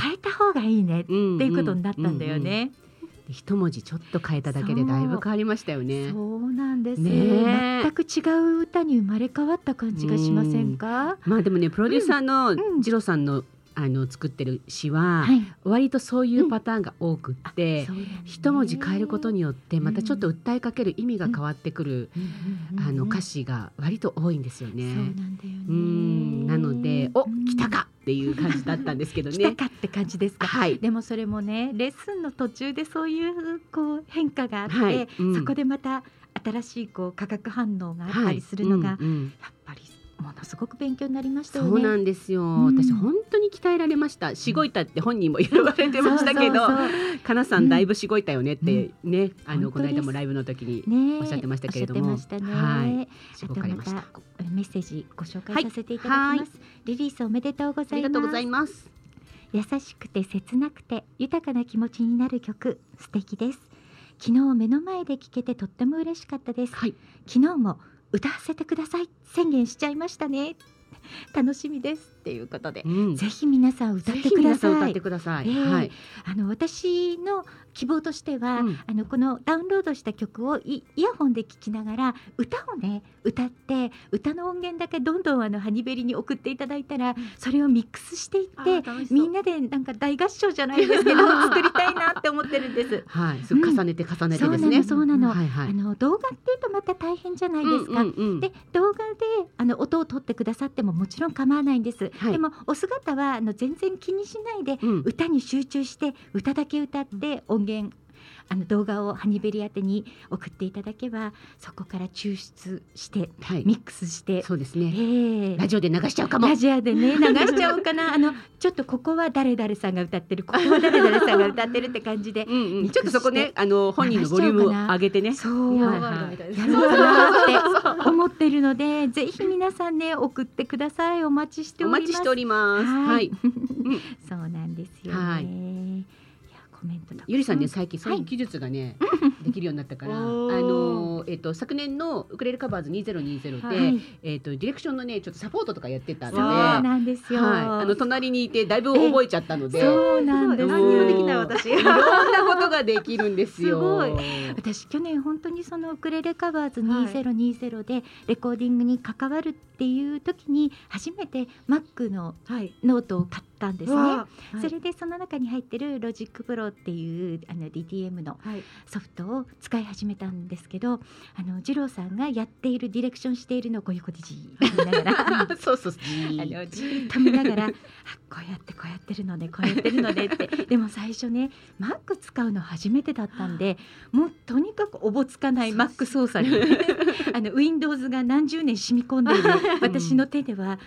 A: 変えた方がいいねっ
C: は
A: て
C: いはい
A: いうことになったんだよね、。
C: うんうん一文字ちょっと変えただけでだいぶ変わりましたよね。
A: そうなんです、
C: ねえ
A: 全く違う歌に生まれ変わった感じがしませんか、
C: まあでもねプロデューサーの
A: ん
C: 次郎さんのあの作ってる詩は
A: はい
C: 割とそういうパターンが多くって。
A: そうなんですね
C: 一文字変えることによってまたちょっと訴えかける意味が変わってくる、
A: うん
C: あの歌詞が割と多いんですよね。
A: そうなんだよね
C: うんなのでお
A: うん
C: 来たかっていう感じだったんですけど
A: 来た
C: ね。
A: かって感じですか、
C: はい。
A: でもそれもねレッスンの途中でそういうこう変化があって、
C: はいうん
A: そこでまた新しいこう化学反応があったりするのが、
C: はいうんうん
A: やっぱりものすごく勉強になりました
C: そ
A: よね。
C: うなんですよ、
A: ん
C: 私本当に鍛えられましたしごいたって本人も言われてましたけど
A: そうそう
C: かなさんだいぶしごいたよねってね、あのこ
A: 本当で
C: の
A: す
C: 間もライブの時に
A: そうね
C: おっしゃってましたけれど
A: お
C: も
A: っしゃってましたね。
C: はいしごかれました
A: あとメッセージご紹
C: は
A: 介
C: い
A: させていただきます。リリースおめでとうご
C: あ
A: ざ
C: り
A: い
C: がとうござ
A: ま
C: い
A: す。
C: ます
A: 優しくて切なくて豊かな気持ちになる曲素敵です。昨日目の前で聴けてとっても嬉しかったです。
C: はい
A: 昨日も歌わせてください宣言しちゃいましたね楽しみですっていうことで、
C: うん
A: ぜひ皆さん歌っ
C: ぜ
A: て
C: ひ
A: くだ
C: 皆さ
A: さ
C: ん歌っ
A: い
C: てください、
A: ええ
C: はい、
A: あの私の希望としては、
C: うん
A: あのこのダウンロードした曲をイイヤホンで聴きながら歌をね歌って歌の音源だけどんどんあのハニベリに送っていただいたらそれをミックスしていってみんなでなんか大合唱じゃないですけど作りたいなって思ってるんです。
C: はい、そう重ねて重ね
A: そ
C: て
A: うな
C: ですね、
A: のそうなの,、
C: はいはい
A: あの動画っていうとまた大変じゃないですか、
C: うんうんうん
A: で動画であの音を取ってくださってももちろん構わないんです、
C: はい
A: でもお姿はあの全然気にしないで
C: うん
A: 歌に集中して歌だけ歌って音源あの動画をハニベリ宛てに送っていただけばそこから抽出して
C: はい、
A: ミックスして、
C: そうです
A: え
C: ね
A: え
C: ラジオで流しちゃうかも
A: ラジオでね流しちゃおうかな あのちょっとここは誰々さんが歌ってるここは誰々さんが歌ってるって感じで
C: うんうん、
A: ミックスして
C: ちょっとそこねあの本人のボリュームを上げてね
A: そう
C: は
A: や
C: い
A: ろ
C: はいう
A: かなって思ってるのでぜひ皆さんね送ってくださいお待ちして
C: お
A: おり
C: 待
A: ます
C: ちしております
A: は
C: はいい、
A: そうなんですよね、、
C: はいい
A: やコメントだ
C: ゆりさん
A: う
C: ね最近そういう技術がね、できるようになったからあのえっ、と昨年のウクレレカバーズ2020で、
A: はい
C: えっ、とディレクションのねちょっとサポートとかやってたの
A: そう
C: で、はい
A: なんですよ、
C: あの隣にいてだいぶ覚えちゃったので、
A: そうなんです
C: 何にもできない
A: 私
C: いろんなことができるんですよ。
A: すごい私去年本当にそのウクレレカバーズ2020でレコーディングに関わるっていう時に初めて Mac の
F: はい
A: ノートを買ったんですね、
F: はい
A: それでその中に入ってるロジックプロっていうあの DTM の
F: はい
A: ソフトを使い始めたんですけどあの二郎さんがやっているディレクションしているのをこう横でじーっと見なが らあ
C: そうそう。
A: のじーっと見ながら あこうやってこうやってるのねこうやってるのねってでも最初ね Mac 使うの初めてだったんでもうとにかくおぼつかない Mac 操作 にあの Windows が何十年染み込んでいる私の手では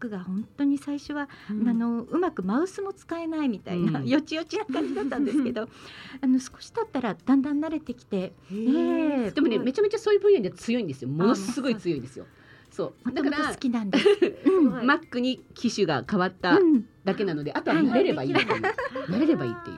A: Mac が本当に最初はあのうまくマウスも使えないみたいな、
C: うん
A: よちよちな感じだったんですけどあの少し経ったらだんだん慣れてきて、ねえ
C: でもねめちゃめちゃそういう分野で強いんですよ。ものすごい強いんですよ。そう。
A: も
C: だ
A: と
C: か
A: もと
C: ら
A: 好きなん です。うん
C: マックに機種が変わった
A: うん
C: だけなので、あとは慣れればいいっていう。慣れればいいっていう。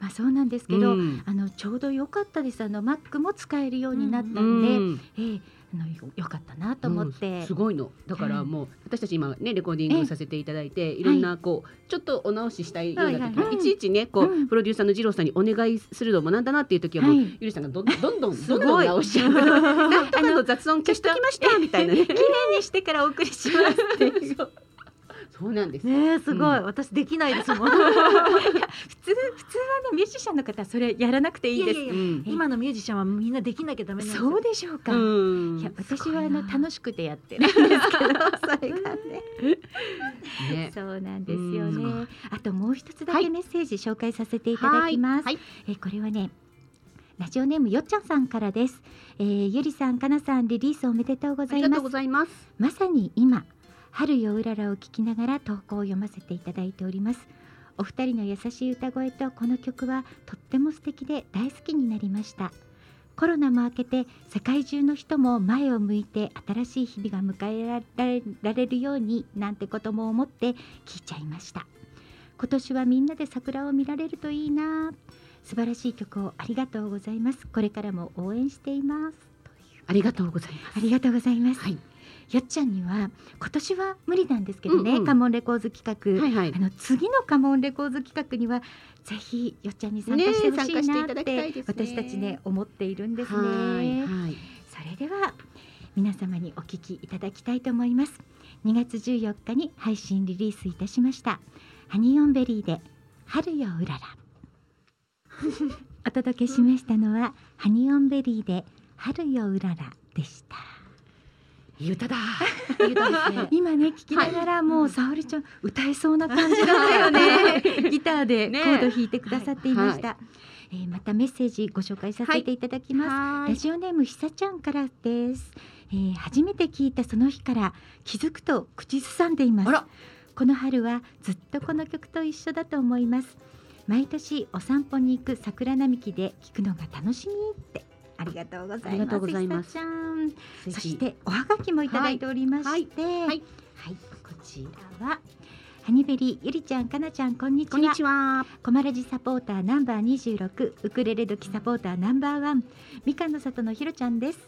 A: まあ そうなんですけど、
C: うん
A: あのちょうど良かったですあの Mac も使えるようになったんで、
C: うん
A: ええあのよよかったなと思って、って
C: すごいのだからもう私たち今ねレコーディングさせていただいていろんなこうちょっとお直ししたいような時
A: はいはい
C: は
A: はい
C: いちいちねこ
G: うん
C: うプロデューサーの二郎さんにお願いするのもなんだなっていう時はもう
G: はい
C: ゆりさんがどんどんどんどん
D: す
C: ど
D: ご
C: んどん
D: い
C: 直 しちゃうなんとかの雑音消しときましたみたいなね
A: にしてからお送りします
C: そう そうなんです
D: ねえすごい、
C: う
D: 私できないですもん
A: 普通普通はねミュージシャンの方はそれやらなくていいです
D: いやいや
C: うん
D: 今のミュージシャンはみんなできなきゃダメなんですよ
A: そうでしょうか、
C: うん
A: いや
C: ね
A: 私
D: すご
A: はいあ
D: な
A: の楽しくてやってるんですけどそれがねそうなんですよ
C: う
A: ね。あともう一つだけメッセージ紹介させていただきます。
C: はいは
A: えこれはね。ラジオネームよっちゃんさんからです、えーゆりさんかなさんリリースおめでとうご
C: あ
A: ざ
C: り
A: い
C: が
A: ま
C: と
A: す
C: うございます
A: まさに今春ようららを聞きながら投稿を読ませていただいておりますお二人の優しい歌声とこの曲はとっても素敵で大好きになりましたコロナも明けて世界中の人も前を向いて新しい日々が迎えられられるようになんてことも思って聞いちゃいました今年はみんなで桜を見られるといいな素晴らしい曲をありがとうございますこれからも応援していますという
C: ありがとうございます
A: ありがとうございます。
C: はい
A: よっちゃんには今年は無理なんですけどね、
C: うんうん
A: カモンレコーズ企画、
C: はいはい
A: あの次のカモンレコーズ企画にはぜひよっちゃんに参加してほしい
C: ねえ参加して
A: ないって
C: ただきたいですね
A: 私たちね思っているんですね。
C: はいはい
A: それでは皆様にお聞きいただきたいと思います2月14日に配信リリースいたしましたハニーオンベリーで春よ うららお届けしましたのはハニーオンベリーで春ようららでした
C: いい歌だ
D: いい歌ですね
A: 今ね聞きながらもう沙織ちゃん歌えそうな感じだったよねギターでコ
C: ね
A: ード弾いてくださっていました、
C: は
A: えーまたメッセージご紹介させていただきます、
C: は
A: ラジオネームひさちゃんからです、えー初めて聞いたその日から気づくと口ずさんでいます
C: あら
A: この春はずっとこの曲と一緒だと思います毎年お散歩に行く桜並木で聞くのが楽しみってありがとうございます
C: ありがとうございます
A: ひさちゃん
C: ぜ
A: そ
C: ひ
A: しておはがきもいただいておりまして、はい
C: はい
A: こちらはハニベリゆりちゃんかなちゃんこんにち
C: こんに
A: は
C: ちは
A: コマラジサポーターナンバー26ウクレレ時サポーターナンバーワンみかんの里のひろちゃんです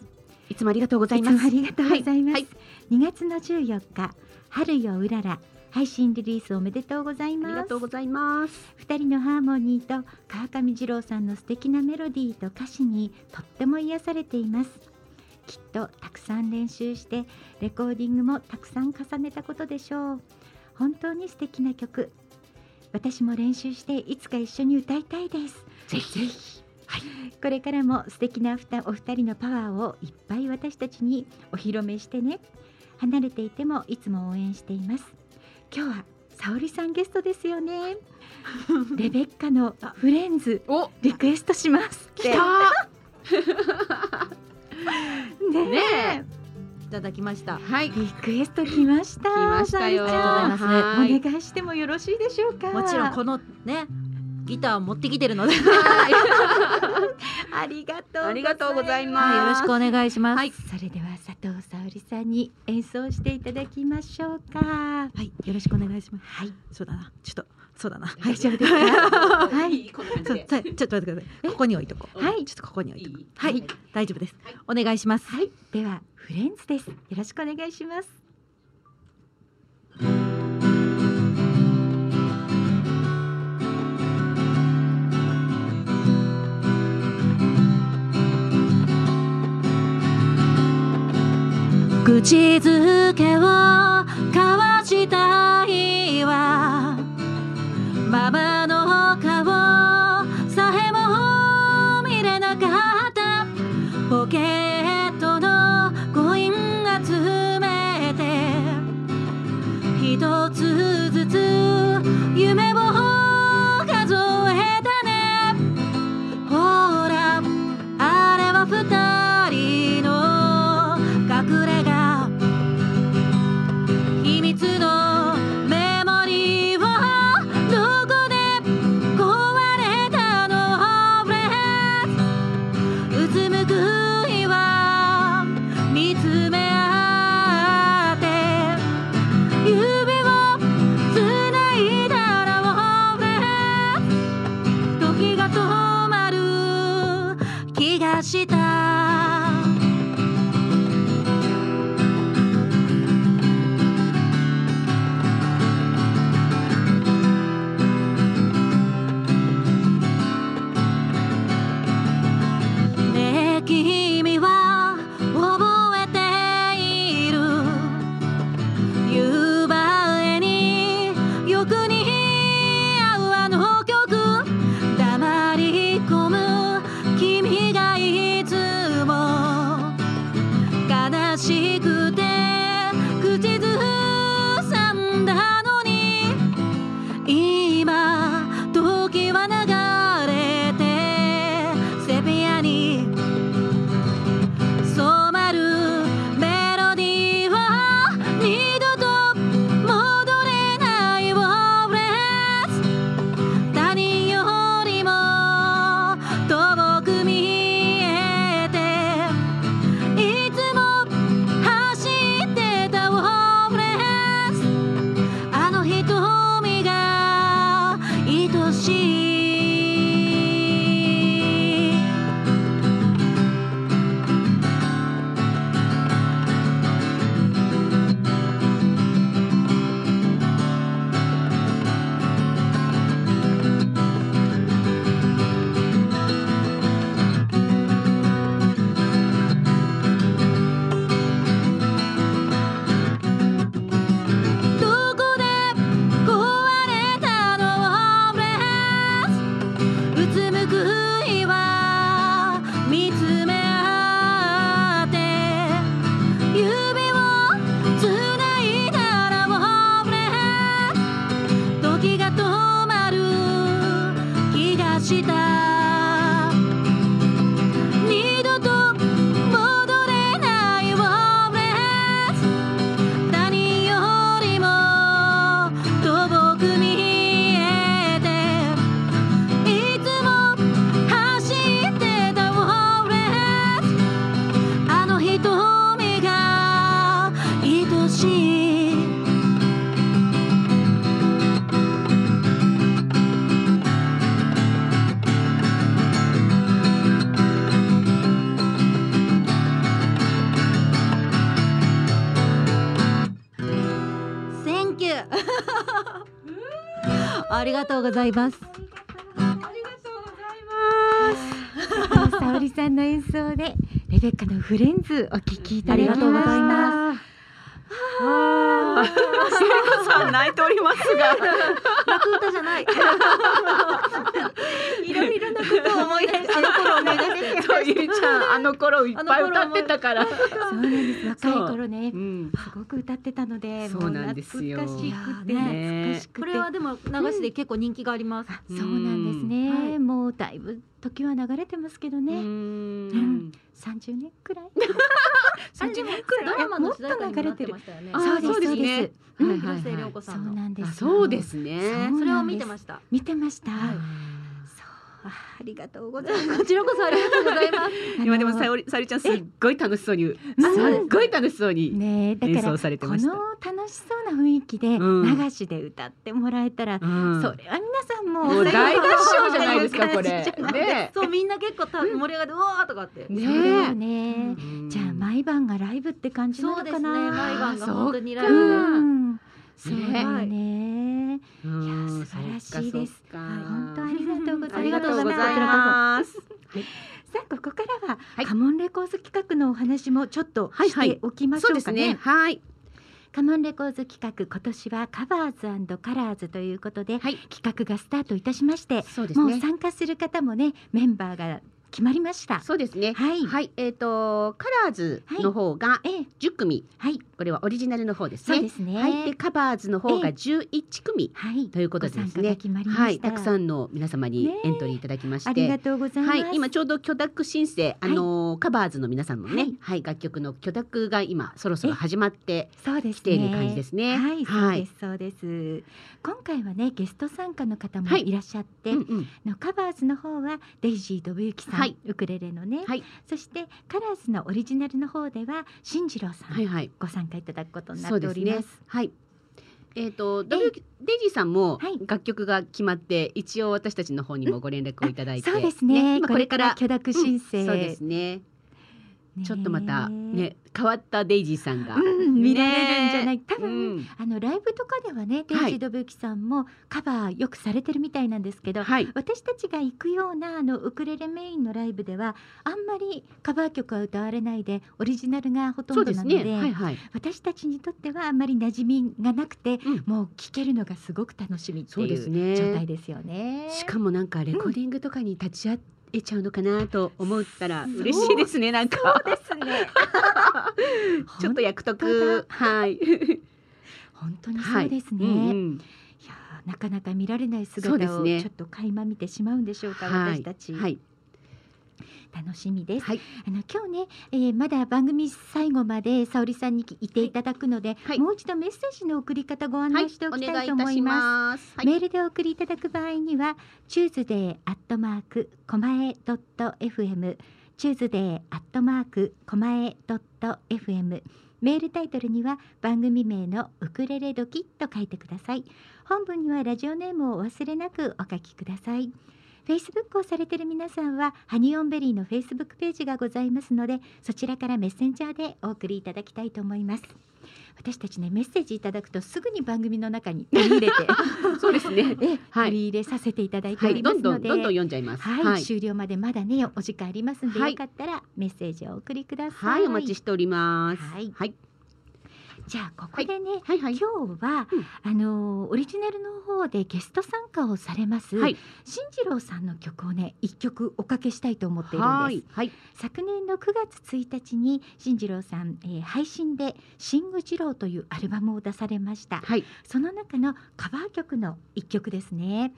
C: いつもありがとうござい
A: いつ
C: ま
A: も
C: す
A: ありがとうございます、
C: はい
A: 2月の14日春ようらら配信リリースおめでとうござい
C: あり
A: ま
C: が
A: す
C: とうございます
A: 二人のハーモニーと川上二郎さんの素敵なメロディーと歌詞にとっても癒されていますきっとたくさん練習してレコーディングもたくさん重ねたことでしょう本当に素敵な曲私も練習していつか一緒に歌いたいです
C: ぜひぜひ
A: これからも素敵なふたお二人のパワーをいっぱい私たちにお披露目してね離れていてもいつも応援しています今日は沙織さんゲストですよ ねレベッカのフレンズ
C: お
A: リクエストしますって
C: 来た
A: ね
C: ね
D: いただきました
C: はい
A: リクエスト来ました
C: 来ましたよ
A: 沙織ち
D: あ
A: ゃん
D: りが
A: お願
C: は
D: とうございます
A: いしてもよろしいでしょうか
D: もちろんこのねギターを持ってきてるのでよ
A: ありがとうございます
C: ありがとうございます
D: ろしくお願いします、
C: はい
A: それでは佐藤沙織さんに演奏していただきましょうか
D: はい、よろしくお願いします。
A: はい
D: そうだな、ちょっと、そうだな。は
C: 大
D: い、
C: 丈
D: じゃ
C: 夫
D: あ、
C: ですか
A: はい
C: いいこんな感じ
D: ちょ
C: で
D: っとはいちょっと待ってください。ここに置いとこう。
A: はい
D: ちょっとここに置い
C: い
D: とこう。
C: い
D: はい、大丈夫です。お願いします。
A: はい、ではフレンズです。よろしくお願いします。
D: 口づけを交わした日はママの顔さえも見れなかったポケットのコイン集めて一つずつ夢を数えたねほらあれは二人の隠れ家秘密のメモリーはどこで壊れたのフレンズうつむくいは見つめ合って指をしいセンキュー ありがとうございます
A: 沙織さんの演奏でレベッカのフレンズお聞きいただきました。
D: ます。
C: さん泣いておりますが、
D: 楽歌じゃない。いろいろなことを思い出して、あの頃思い出して
C: そうゆいちゃんあの頃いっぱい歌ってたから。
A: そうなんです。若い
C: そう
A: 頃ね
C: う、ん。
A: すごく歌ってたので、
C: そうなんですよ
A: もう懐かしくて、
D: いや
C: ー
A: 懐
C: ね
A: かしくて。
D: これはでも流しで結構人気があります。
A: あそうなんですね、
D: うんはい
A: もうだいぶ時は流れてますけど
C: う
A: ね、
C: ん。
A: 三十年 くらい。
D: あれでもドラマの主題歌にもなってましたよね。
C: あ
A: そうです
C: そうですね。
A: そう
C: はい
A: です
C: はい
D: 広
C: は
D: 末涼
C: い
D: 子
A: そ
D: さ
A: うん
D: の。
A: なんです
C: あ
A: よ。
C: そうです
A: そう
C: ね。
D: それを見てました。
A: 見てました。
D: は
A: そ
D: い
A: うあありがとうございます。
D: こちらこそありがとうございます。
C: 今でもさおりさおりちゃんすっごい楽しそうに、す
A: そう
C: っごい楽しそうに
A: ねえだ
C: 演
A: か
C: 奏
A: ら
C: されて
A: こ
C: ました。
A: の楽しそうな雰囲気で
C: うん
A: 流しで歌ってもらえたら、
C: うん
A: それは皆さんも
C: もう大合唱じゃないですかこれ。
A: 大合唱じゃない
C: ね
D: そうみんな結構た盛り上がってうわーとかって。
C: ね
A: そうだよね、
C: うん
A: じゃあ毎晩がライブって感じな
D: そう
A: の
D: で
A: か
D: すね。
A: な。
D: 毎晩が本当にライ
C: そ
D: ブ
C: う
A: うんそうだよね。いや
C: い
A: 素晴らしいです。はい本当ありがとうございます。
C: ありがとうござい
A: す。
C: ます。
A: さあここからは、
C: はい
A: カモンレコーズ企画のお話もちょっと
C: はい
A: し
C: はい
A: ておきまし
C: そう
A: ょ
C: で
A: う
C: す
A: かね。
C: ね。はい。
A: カモンレコーズ企画今年はカバーズカラーズということで、
C: はい
A: 企画がスタートいたしまして、
C: そうで
A: もう。参加する方もねメンバーが決まりました。
C: そうですね。
A: はい、
C: はい、えっ、と、カラーズの方が
A: ええ
C: 10組、
A: はい
C: これはオリジナルの方です
A: そう
C: ね
A: で。すね。
C: はい、で、カバーズの方
A: え
C: が
A: え
C: 11組
A: はい
C: ということ
A: ご
C: でで
A: 参
C: す
A: 加が
C: ね。
A: 決まりました。
C: はい、たくさんの皆様に
A: ねえ
C: エントリーいただきまし
A: あり
C: て。
A: がとうございま
C: は
A: す。
C: い、今ちょうど許諾申請、あのーカバーズの皆さんもね、はい、楽曲の許諾が今そろそろ始まって
A: そうですね。
C: きている感じですね。
A: はい、そう
C: は
A: で
C: い
A: す、、そうです。今回はね、ゲスト参加の方も
C: はい
A: いらっしゃって、
C: うんうん
A: のカバーズの方はデイジー・ドブユキさん、
C: はい
A: ウクレレのね、
C: はい
A: そしてカラーズのオリジナルの方では、進次郎さん、
C: はいはい、
A: ご参加いただくことにな
C: そう
A: って
C: で
A: お
C: す
A: りま
C: ね
A: す。。
C: はい。えっ、と、ドルデイジーさんも
A: はい
C: 楽曲が決まって、一応私たちの方にもご連絡をいただいて、
A: そうですね。
C: 今これから
A: 許諾申請、
C: うんそうですね。
A: ね
C: ちょっとまたね、変わったデイジーさんが、
A: うん見られるんじゃない
C: ね
A: 多分
C: うん
A: あのライブとかではね、デイ
C: は
A: ジー・
C: い
A: ドブユキさんもカバーよくされてるみたいなんですけど、
C: はい。
A: 私たちが行くようなあのウクレレメインのライブではあんまりカバー曲は歌われないでオリジナルがほと
C: そうん
A: ど
C: で
A: な
C: す
A: ので
C: ね。はいはい。
A: 私たちにとってはあんまり馴染みがなくて、
C: うん
A: もう聴けるのがすごく楽しみって
C: そう
A: い
C: です
A: う
C: ね。
A: 状態ですよね。
C: しかもなんかレコーディングとかに立ち会えちゃうのかなと思ったら嬉しいですねなんか
A: そうですね
C: ちょっと役得はい、
A: 本当にそうですね、
C: うんう
A: い
C: ん
A: やーなかなか見られない
C: そう
A: 姿
C: です
A: を
C: ね
A: ちょっと垣間見てしまうんでしょうか、
C: はい
A: 私たち、
C: はい
A: 楽しみです、
C: はい
A: あの今日ね、えーまだ番組最後まで沙織さんにいていただくので、
C: はい
A: もう一度メッセージの送り方ご案
C: はい
A: 内しておき
C: お
A: た
C: 願
A: い
C: い
A: と
C: いた
A: 思い
C: し
A: ます。
C: ますはい
A: メールでお送りいただく場合には、チューズデーアットマークコマエドット FM チューズデーアットマークコマエドット FM メールタイトルには番組名のウクレレドキと書いてください本文にはラジオネームをお忘れなくお書きください Facebook をされている皆さんはハニオンベリーの Facebook ページがございますのでそちらからメッセンジャーでお送りいただきたいと思います私たちねメッセージいただくとすぐに番組の中に取り入れて
C: そうですね
A: え、
C: は
A: 取
C: い
A: り入れさせていただいて
C: は
A: おり
C: い
A: ま
C: ど
A: す
C: んど
A: の
C: ん
A: で、
C: どんどん読んじゃいます
A: はい
C: はい、
A: 終了までまだねお時間ありますので、
C: はい
A: よかったらメッセージをお送りくださ。
C: はいいお待ちしております
A: はい
C: はい
A: じゃあここでね、
C: はいはい
A: 今日は、
C: うん
A: あのーオリジナルの方でゲスト参加をされます、
C: はい
A: 新次郎さんの曲をね一曲おかけしたいと思っているん
C: は
A: です
C: い。はい
A: 昨年の9月1日に新次郎さん、えー配信で新具次郎というアルバムを出されました。
C: はい
A: その中のカバー曲の一曲ですね。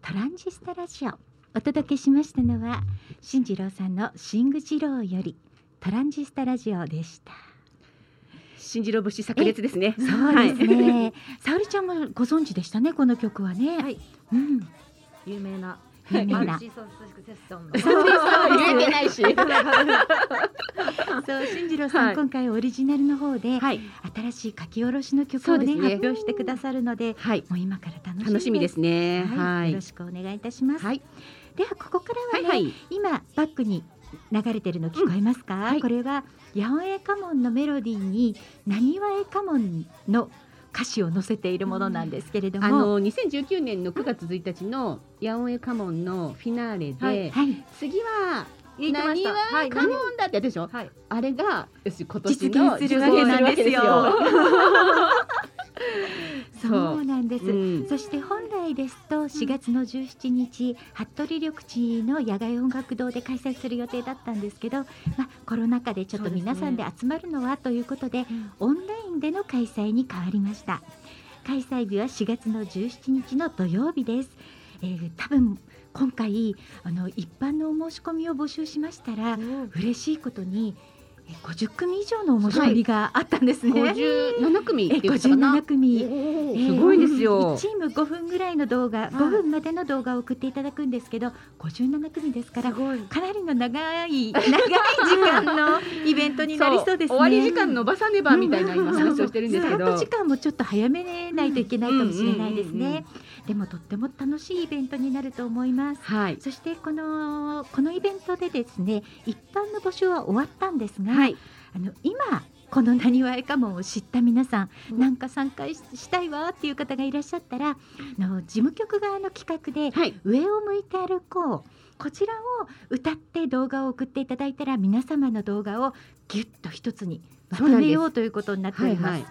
A: トランジスタラジオ。お届けしましたのは、新次郎さんの新次郎より。トランジスタラジオでした。
C: 信じろ節炸裂ですね
A: そうです
C: はい
A: ね。沙織ちゃんもご存知でしたね、この曲はね。
D: はい
A: うん、
D: 有名な
A: 有名な
D: マルチソースセットンの
C: 言えてないし。
A: そう進次郎さん、
C: はい
A: 今回オリジナルの方で、
C: はい
A: 新しい書き下ろしの曲
C: そ
A: を
C: うで
A: ね
C: すね
A: 発表してくださるので
C: はい。
A: もう今から楽しみ
C: 楽しみですね。
A: は、
C: はいい
A: よろ。しくお願いいたします。
C: はい
A: ではここからは
C: は
A: ね、
C: いはい。
A: 今バックに流れてるの聞こえますか、
C: はい
A: これは八百屋家門のメロディーになにわえ家門の歌詞を載せているものなんですけれども、
C: あの2019年の9月1日のヤオエカモンのフィナーレで、
D: はい
A: はい、
C: 次は
D: 言ってました
C: 何は
D: はい
C: カモンだってやってるでしょ。
D: はい
C: あれがよし今年
A: 実
C: の
A: 現するわけなんですよ
C: 実現するわけで。
A: そ
C: そう
A: うなんです
C: す。ようん
A: そして本来ですと4月の17日、服部緑地の野外音楽堂で開催する予定だったんですけど、まあ、コロナ禍でちょっと
D: そうですね
A: 皆さんで集まるのはということでオンラインでの開催に変わりました開催日は4月の17日の土曜日です、えー多分今回あの一般のお申し込みを募集しましたら嬉しいことにえー50組以上のお申し込みがあったんですね、
C: 57組って
A: えー
C: 言ってたかな
A: 57。組、
C: お
A: え
C: ー
A: ー
C: すごいですよ。
A: チーム5分ぐらいの動画、5分までの動画を送っていただくんですけど、57組ですから、かなりの長い長い時間のイベントになりそうですね。
C: 終わり時間伸ばさねばみたいな今話をしてるんですけ
A: そうスタート
C: ど
A: 時。間もちょっと早めないといけないかもしれないです
C: うんうんうんう
A: ね。でもとっても楽しいイベントになると思います。
C: はい。
A: そしてこのこのイベントでですね、一般の募集は終わったんですが、
C: はい。
A: あの今このなにわえかもんを知った皆さん、なんか参加ししたいわっていう方がいらっしゃったら、あの事務局側の企画で
C: はい。
A: 上を向いて歩こうこちらを歌って動画を送っていただいたら皆様の動画をぎゅっと一つにまとめようということになっております。
C: はいは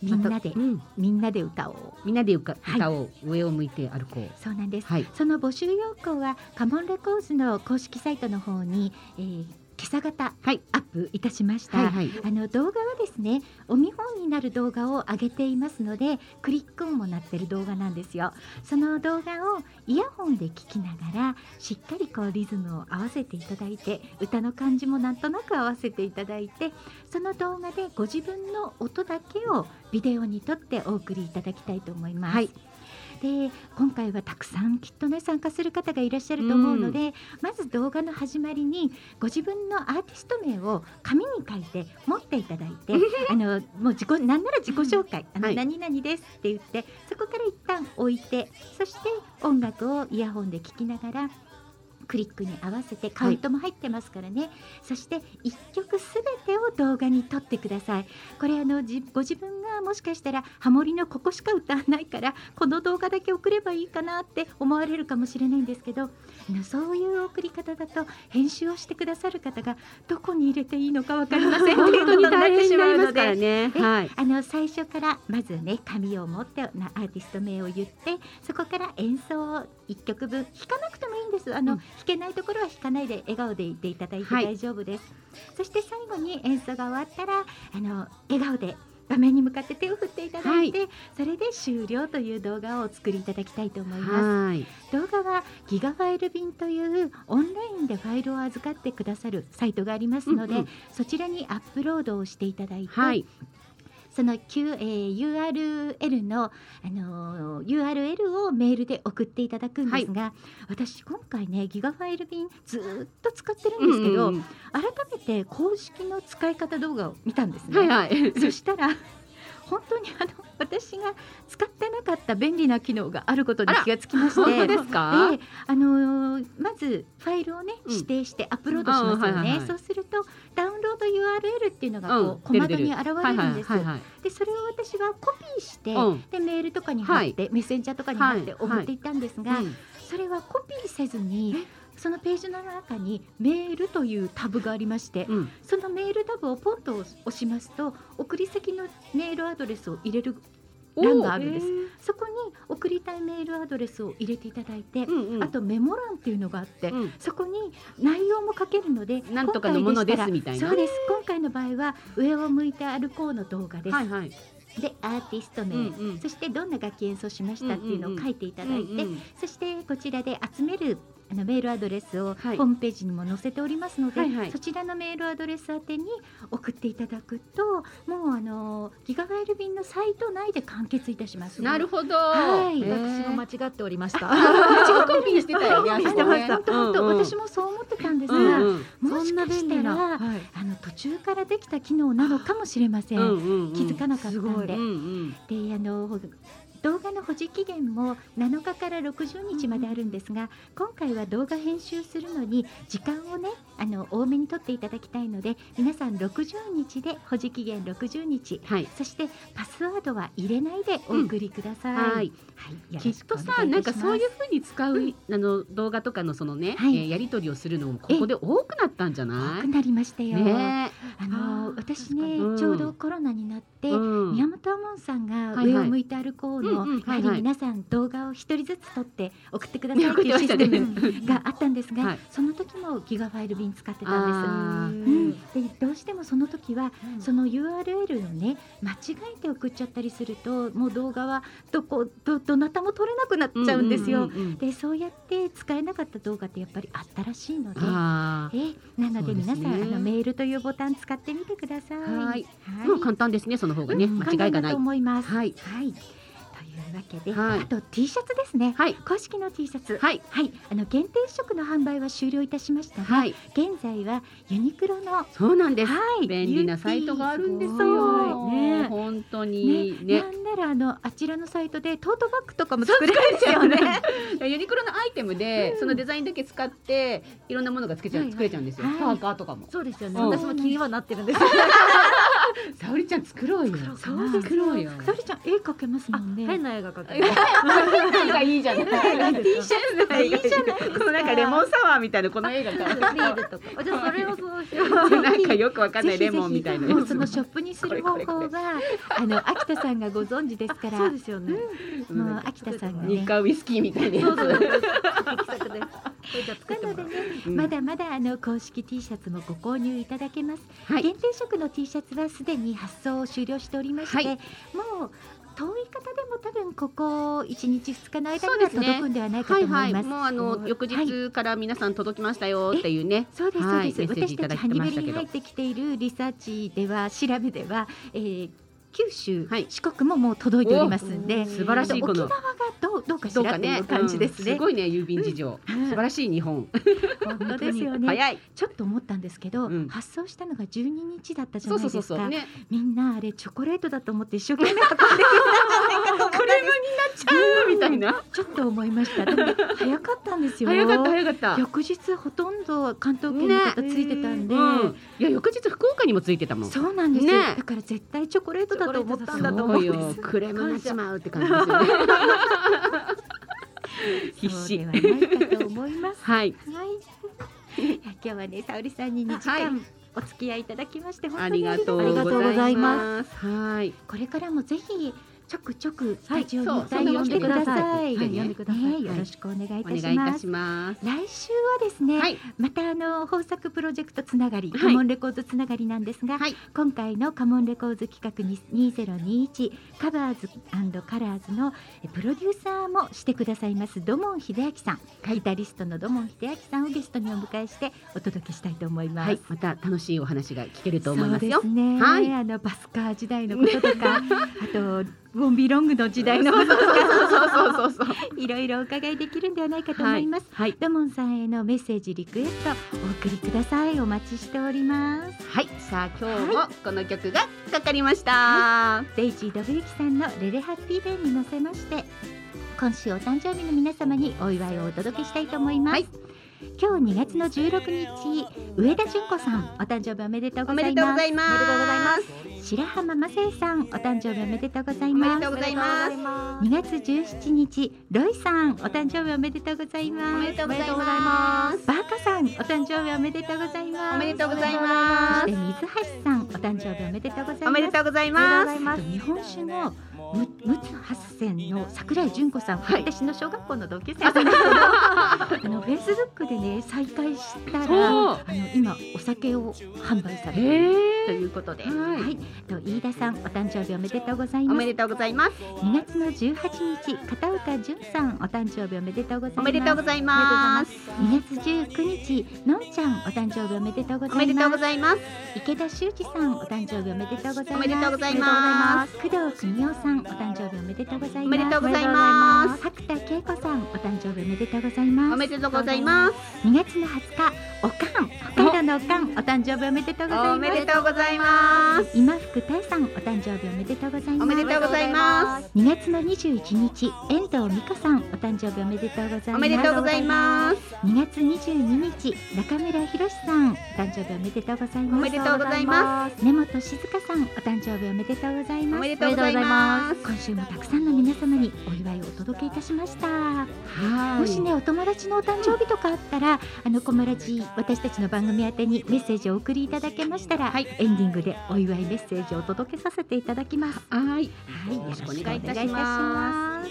A: みんなで、
C: うん
A: みんなで歌おう。
C: みんなで歌
A: はい
C: 歌を上を向いて歩こう。
A: そうなんです。
C: はい。
A: その募集要項はカモンレコーズの公式サイトの方に、えー今朝方
C: はい
A: アップいたしました。
C: はいはい。
A: あの動画はですねお見本になる動画を上げていますのでクリック音もなってる動画なんですよその動画をイヤホンで聞きながらしっかりこうリズムを合わせていただいて歌の感じもなんとなく合わせていただいてその動画でご自分の音だけをビデオに撮ってお送りいただきたいと思います、
C: はい
A: で今回はたくさんきっとね参加する方がいらっしゃると思うので、まず動画の始まりにご自分のアーティスト名を紙に書いて持っていただい てあのもう自己なんなら自己紹介あの、
C: はい
A: 何々ですって言ってそこから一旦置いてそして音楽をイヤホンで聴きながらクリックに合わせてカウントも入ってますからね、そして1曲すべてを動画に撮ってくださいこれあのじご自分がもしかしたらハモリのここしか歌わないからこの動画だけ送ればいいかなって思われるかもしれないんですけどあのそういう送り方だと編集をしてくださる方がどこに入れていいのかわかりません
C: 本当に 大変になりま
A: って
C: すから
A: いうことになってしまうので。
C: ね。はい。
A: あの最初からまずね紙を持ってなアーティスト名を言ってそこから演奏を1曲分弾かなくてもいいんですあの、
C: うん
A: 弾けないところは弾かないで笑顔でいていただいて
C: はい
A: 大丈夫です、そして最後に演奏が終わったらあの笑顔で画面に向かって手を振っていただいて、それで終了という動画をお作りいただきたいと思います。
C: はい。
A: 動画はギガファイル便というオンラインでファイルを預かってくださるサイトがありますので、
C: うんうん
A: そちらにアップロードをしていただいて、
C: はい。
A: その、Q えー URL の、あのー URL をメールで送っていただくんですが、私今回ねギガファイル便ずーっと使ってるんですけど、
C: うんうん
A: 改めて公式の使い方動画を見たんです
C: うん
A: ね。
C: はいはい。
A: そしたら本当にあの私が使ってなかった便利な機能があることに
C: あら
A: 気がつきまして
C: 本当ですか？
A: で、あのーまずファイルをね
C: うん
A: 指定してアップロードします
C: あー
A: よ
C: はいはいは
A: ね。
C: い
A: そうするとダウンロード URL っていうのが
C: う
A: こ
C: ん
A: う小窓
C: 出る
A: に
C: 出
A: 現れ
C: はいは
A: るん
C: い
A: です
C: は
A: よ
C: い。はい。
A: でそれを私はコピーして、
C: うん
A: でメールとかに貼って、メッセンジャーとかに貼って送っていったんですが、それはコピーせずにそのページの中にメールというタブがありまして、
C: うん
A: そのメールタブをポンと押しますと送り先のメールアドレスを入れる欄があるんです
C: おー
A: そこに送りたいメールアドレスを入れていただいて、
C: えーうんうん
A: あとメモ欄っていうのがあって、
C: うん
A: そこに内容も書けるので
C: なんとかのものですみたい
A: 今回でし
C: な
A: たらそうです今回の場合は上を向いて歩こうの動画です、
C: はいはい。
A: でアーティスト名、
C: うんうん
A: そしてどんな楽器演奏しましたっていうのを書いていただいて、
C: うんうん
A: そしてこちらで集めるあのメールアドレスをホ
C: はい
A: ームページにも載せておりますので、
C: はいはい
A: そちらのメールアドレス宛てに送っていただくともうあのギガバイル便のサイト内で完結いたします。
C: なるほど。
A: はい
C: 私
D: 私も
C: も
D: 間違
C: ち
D: っておりました。
C: コピーしてたよね。あそこね
A: 本当本当
C: うんうん
A: 私もそう思ってたんですが、
C: うんうん
A: もしかしたらあ
D: はい
A: の途中からできた機能なのかもしれません。
C: うんうんうん
A: 気づかなかったんで、
C: うんうん
A: であのほ動画の保持期限も7日から60日まであるんですが、今回は動画編集するのに時間をねあの多めに取っていただきたいので皆さん60日で保持期限60日
C: はい。
A: そしてパスワードは入れないでお送りください。
C: はい。
A: はいよ
C: き
A: ろ
C: っ
A: しくお
C: と
A: 願いいたします
C: さ、なんかそういうふうに使う、あの動画とかのそのね、
A: はい
C: えーやり取りをするのもここで多くなったんじゃな
A: 多く
C: い？
A: なりましたよ。
C: ね
A: あの
D: あー
A: 私
D: 確か
A: ね、
C: にうん
A: ちょうどコロナになって、
C: え。うん
A: 宮本亞門さんが
C: はいはい
A: 上を向いて歩こうの、
C: うんうんはいはい
A: やはり皆さん動画を一人ずつ撮って送ってくださいっていうシステ
C: 送っ
A: ムがあったんですが、
C: はい
A: その時もギガファイル便使ってたんです。う
C: あー
A: ん、でどうしてもその時は、
D: うん
A: その URL をね間違えて送っちゃったりするともう動画はどこどどなたも撮れなくなっちゃうんですよ。
C: うううん
A: でそうやって使えなかった動画ってやっぱりあったらしいので。
C: あ
A: えなので皆さん、
C: そうですね
A: あのメールというボタン使ってみてください。
C: ーはい。
A: は
C: もう簡単ですね、その方がね、
A: うん
C: 間違
A: 簡
C: いが
A: 単だ
C: ない
A: と。思います。
C: はい
A: はい。というわけで、
C: はい
A: あと T シャツですね。
C: はい
A: 公式の T シャツ。
C: はい。
A: はい。あの限定色の販売は終了いたしましたが、
C: はい。
A: 現在はユニクロのは
C: そうなんです。
A: い
C: 便利なサイトがあるんです
A: ビューティー
C: よ。
A: すごいね。
C: 本当に
A: ね
C: ね
A: な。んならあのあちらのサイトでトートバッグとかも作れるんですよね。
C: ユニクロのアイテムで、そのデザインだけ使っていろんなものがつけちゃう、
A: はいはい
C: 作れちゃうんですよ。
A: はい
C: パーカーとかも。
D: そうですよね。
C: うん
D: 私も気にはなってるんです。
C: 沙織ちゃん作ろうよ。
A: そ
C: ろ
A: う
C: う
A: ですよ
C: よ。
A: サリちゃん絵描けますもんね
D: 変。な映画かけ
C: なんか いいじゃない。T シャツがいいじゃない。 このなんかレモンサワーみたいなこの映画か
D: ビールとか。あじゃあそれをそうしよう。
C: ら。なんかよくわかんないレモンみたいなや
A: もう
C: つ
A: そ。のショップにする方
C: こ
A: 法
C: れこれこ
A: はあの秋田さんがご存知ですか
D: そう
A: ら、
D: ですよね。
A: もう秋田さんがね
C: 日。課ウイスキーみたいなや
D: そう
C: つ
D: そう。力作で。それじゃあ作って
A: な
D: も
A: ので
D: らおう
A: ね、
C: うん
A: まだまだあの公式 T シャツもご購入いただけます。
C: はい
A: 限定色の T シャツはすでに発送を終了しておりまして、
C: はい
A: もう遠い方でも多分ここ一日二日の間
C: そう
A: に
C: で
A: は
C: すね
A: 届くんではないか
C: は
A: と
C: い
A: 思います。
C: はい、もうあの翌日から皆さん届きましたよっていうね。
A: そうです、
C: はい
A: そうで
C: メッ
A: す。私
C: セージいた
A: たち
C: だい
A: ハ
C: て
A: ニ
C: ま
A: ベリ
C: したけ
A: に
C: ど
A: 入ってきているリサーチでは調べでは、えー、九州、
C: はい
A: 四国ももう届いておりますんで、
C: 素晴らしい
A: あと
C: この
A: 沖縄がどうどうかし
C: どう
A: ら
C: か
A: ってい
C: ね
A: う、感じです
C: うん
A: ね。
C: すごいね、郵便事情。素晴らしい日本。
A: 本当ですよね。
C: 早い。
A: ちょっと思ったんですけど、
C: うん
A: 発送したのが12日だったじゃ
C: そ
A: な
C: う
A: い
C: そ
A: で
C: う
A: すか
C: そうそう。ね。
A: みんなあれチョコレートだと思って一生懸命運んできたんじゃないかと思ったんです
C: みたいな。
A: ちょっと思いましたでも早かったんですよ
C: 早かった早かった。
A: 翌日ほとんど関東圏の方ついてたんで、
C: うん、いや翌日福岡にもついてたもん。
A: そうなんですよ、
C: ね
A: だから絶対チョコレートだと思ったんだと思
C: そううん
A: で
C: よ
A: す。
C: クレームになっちまうって感じですよね。
A: そうでは
C: 必死。
A: ないかと思います
C: はい。
A: はいいや今日はね沙織さんに2時
C: はい
A: 間お付き合いいただきまして本
C: あ
A: 当
C: り
A: にあ
C: が
A: りがと
C: と
A: う
C: う
D: ありがとう
C: ご
D: ご
C: ざ
D: ざ
C: い
D: い
C: ます。はい。
A: これからもぜひちょくちょくスタジオに
C: はい
A: お
C: そう
A: 便り呼んでくださ
C: そ
A: い。
C: んなことしてくださいは
A: ね
C: い呼ん
D: でください
A: ね
D: はい
A: よろしくお願いい
C: お
A: た
C: 願い
A: し
C: い
A: たます
C: し。ます。
A: 来週はですね、
C: はい。
A: またあの豊作プロジェクトつながり、
C: はい
A: カモンレコーズつながりなんですが、
C: はい
A: 今回のカモンレコーズ企画に2021カバーズカラーズのプロデューサーもしてくださいます土門秀明さん、ギタリストの土門秀明さんをゲストにお迎えしてお届けしたいと思います。
C: はい。また楽しいお話が聞けると
A: そう
C: 思いますよ
A: で。すね。
C: はい
A: あのバスカー時代のこととか、あとボンビーロングの時代のこととか、
C: そうそうそうそう。
A: いろいろお伺いできるんではないかと思います。
C: はい。
A: ダモンさんへのメッセージリクエストお送りくださいお待ちしております
C: はい。さあ今日もこの曲がかかりました。
A: デイジー・ドブユキさんの「レレハッピーデー」に乗せまして今週お誕生日の皆様にお祝いをお届けしたいと思います、
C: はい
A: 今日2月の16日上田純子さんお誕生日おめでとうご
C: お
A: ざ
C: めで
A: い
C: とうご
A: ま
C: ざ
A: す
C: います。おめでとうございます。
A: 白浜雅恵さんお誕生日おめでとうござい
C: おめ
A: ま
C: ですとうございます。
A: 2月17日ロイさんお誕生日おめでとうございます
C: おめでとうございます。
A: バーカさんお誕生日おめでとうございます
C: おめでとうござい
A: そ
C: ま
A: して
C: す。
A: 水橋さんお誕生日おめでとうございます。
C: おめでとうございます。
A: あと日本酒のむむつ八千の桜井純子さん、
C: はい
A: 私の小学校の同級生なんですけど、あのフェイスブックでね再会したら、あ
C: そ
A: の
C: う
A: 今お酒を販売されているということで、
C: はい
A: はい、と飯田さんお誕生日おめでとうござい
C: お
A: ま
C: め
A: す。
C: でとうございます。
A: 2月の18日片岡純さんお誕生日おめでとうございます。
C: おめでとうございます。
A: 2月19日のんちゃんお誕生日おめでとうございます
C: おめでとうございます。
A: 池田修司さんお誕生日おめでとうございます
C: おめでとうございます
A: 工藤邦夫さんお誕生日おめでとうございます
C: おめでとうございます
A: 白田恵子さんお誕生日おめでとうございます
C: おめでとうございます。
A: 2月の20日おかん北海道のおかんお誕生日おめでとうございます
C: おめでとうございます。
A: 今福太さんお誕生日おめでとうございます
C: おめでとうございます。
A: 2月の21日遠藤美香さんお誕生日おめでとうございます
C: おめでとうございます。
A: 2月22日中村博さんお誕生日おめでとうございます
C: おめでとうございます
A: 根本静香さんお誕生日おめでとうございます
C: おめでとうございます
A: 今週もたくさんの皆様にお祝いをお届けいたしました、
C: は
A: もしねお友達のお誕生日とかあったらあの小村寺私たちの番組宛てにメッセージをお送りいただけましたら、エンディングでお祝いメッセージをお届けさせていただきます
C: はい。
A: はいよ
C: よ
A: ろ
C: ろ
A: し
C: し
A: く
C: く
A: お
C: お
A: 願
C: 願
A: い
C: い
A: い
C: い
A: た
C: た
A: し
C: し
A: ま
C: ます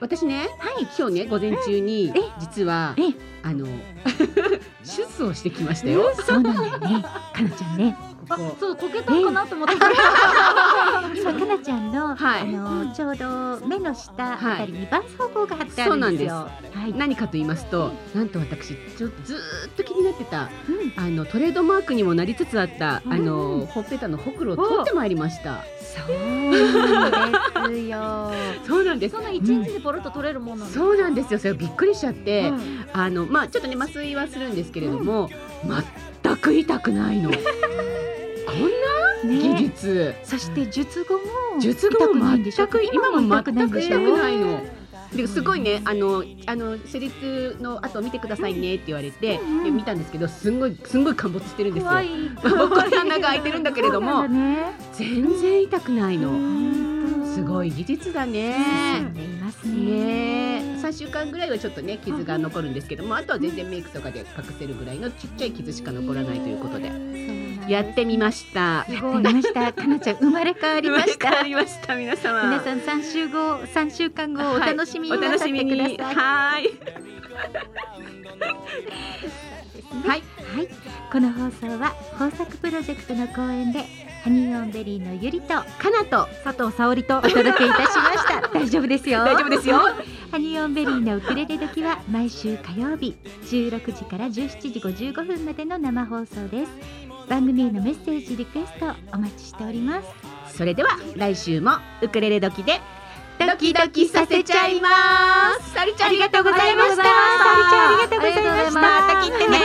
C: 私ね、
A: はい
C: 今日ね午前中に
A: え
C: 実は
A: え
C: あの手術をしてきましたよ。
A: そうなんだよねかなちゃんね
C: ここ
D: そうこけたかなと思って
A: 今かなちゃんの、
C: はい
A: あのちょうど目の下あたりに絆創膏が貼ってあ
C: そ
A: る
C: うんなん
A: です
C: です
A: よ。はい。
C: 何かと言いますと、なんと私ちょっとずーっと気になってた、
A: うん
C: あのトレードマークにもなりつつあった、
A: うん
C: あのほっぺたのほくろを取ってまいりました。
A: そうです よ。
C: そうなんです
D: そ。の一日でポロッと取れるもんなんです
C: そうなんですよ。それびっくりしちゃっ
D: う
C: て、
D: ん
C: あのまあちょっとね麻酔はするんですけれども、全く痛くないの。こんな技
A: ね。
C: 術。
A: そして術後も
C: 術後も全く今も
A: 痛くない
C: 全
A: ん
C: く
A: で
C: 痛
A: しょ
C: くないの。ですごいねあのあの施術の後見てくださいねって言われて、
A: うんうん
C: で見たんですけどすんごいすんごい陥没してるんですよ。
D: 怖い
C: ぼこり穴が開いてるんだけれど
A: そう
C: も
A: なんだね。
C: 全然痛くないの。
A: 本
C: すごい技術だ
A: 当進ん
C: ね。
A: でいます
C: ねえ
A: ね。
C: 3週間ぐらいはちょっとね傷が残るんですけどもあとは全然メイクとかで隠せるぐらいのちっちゃい傷しか残らないということでやってみました。
A: すごい。ました。かなちゃん生まれ変わりまし
C: わ
A: た
C: か。りました皆様。
A: 皆さん三週後、三週間後お
C: はい
A: 楽しみになさってください。
C: はーい。はい。
A: はい、この放送は豊作プロジェクトの公演でハニーオンベリーのゆりとかなと佐藤沙織とお届けいたしました 大丈夫ですよ
C: 大丈夫ですよ。
A: ハニーオンベリーのウクレレ時は毎週火曜日16時から17時55分までの生放送です番組へのメッセージリクエストお待ちしております
C: それでは来週もウクレレ時で
A: ドキドキさせちゃい
C: ます。サルちゃんありがとうございました。
A: サルちゃんありがとうございました
C: ありがとうございまた来てね。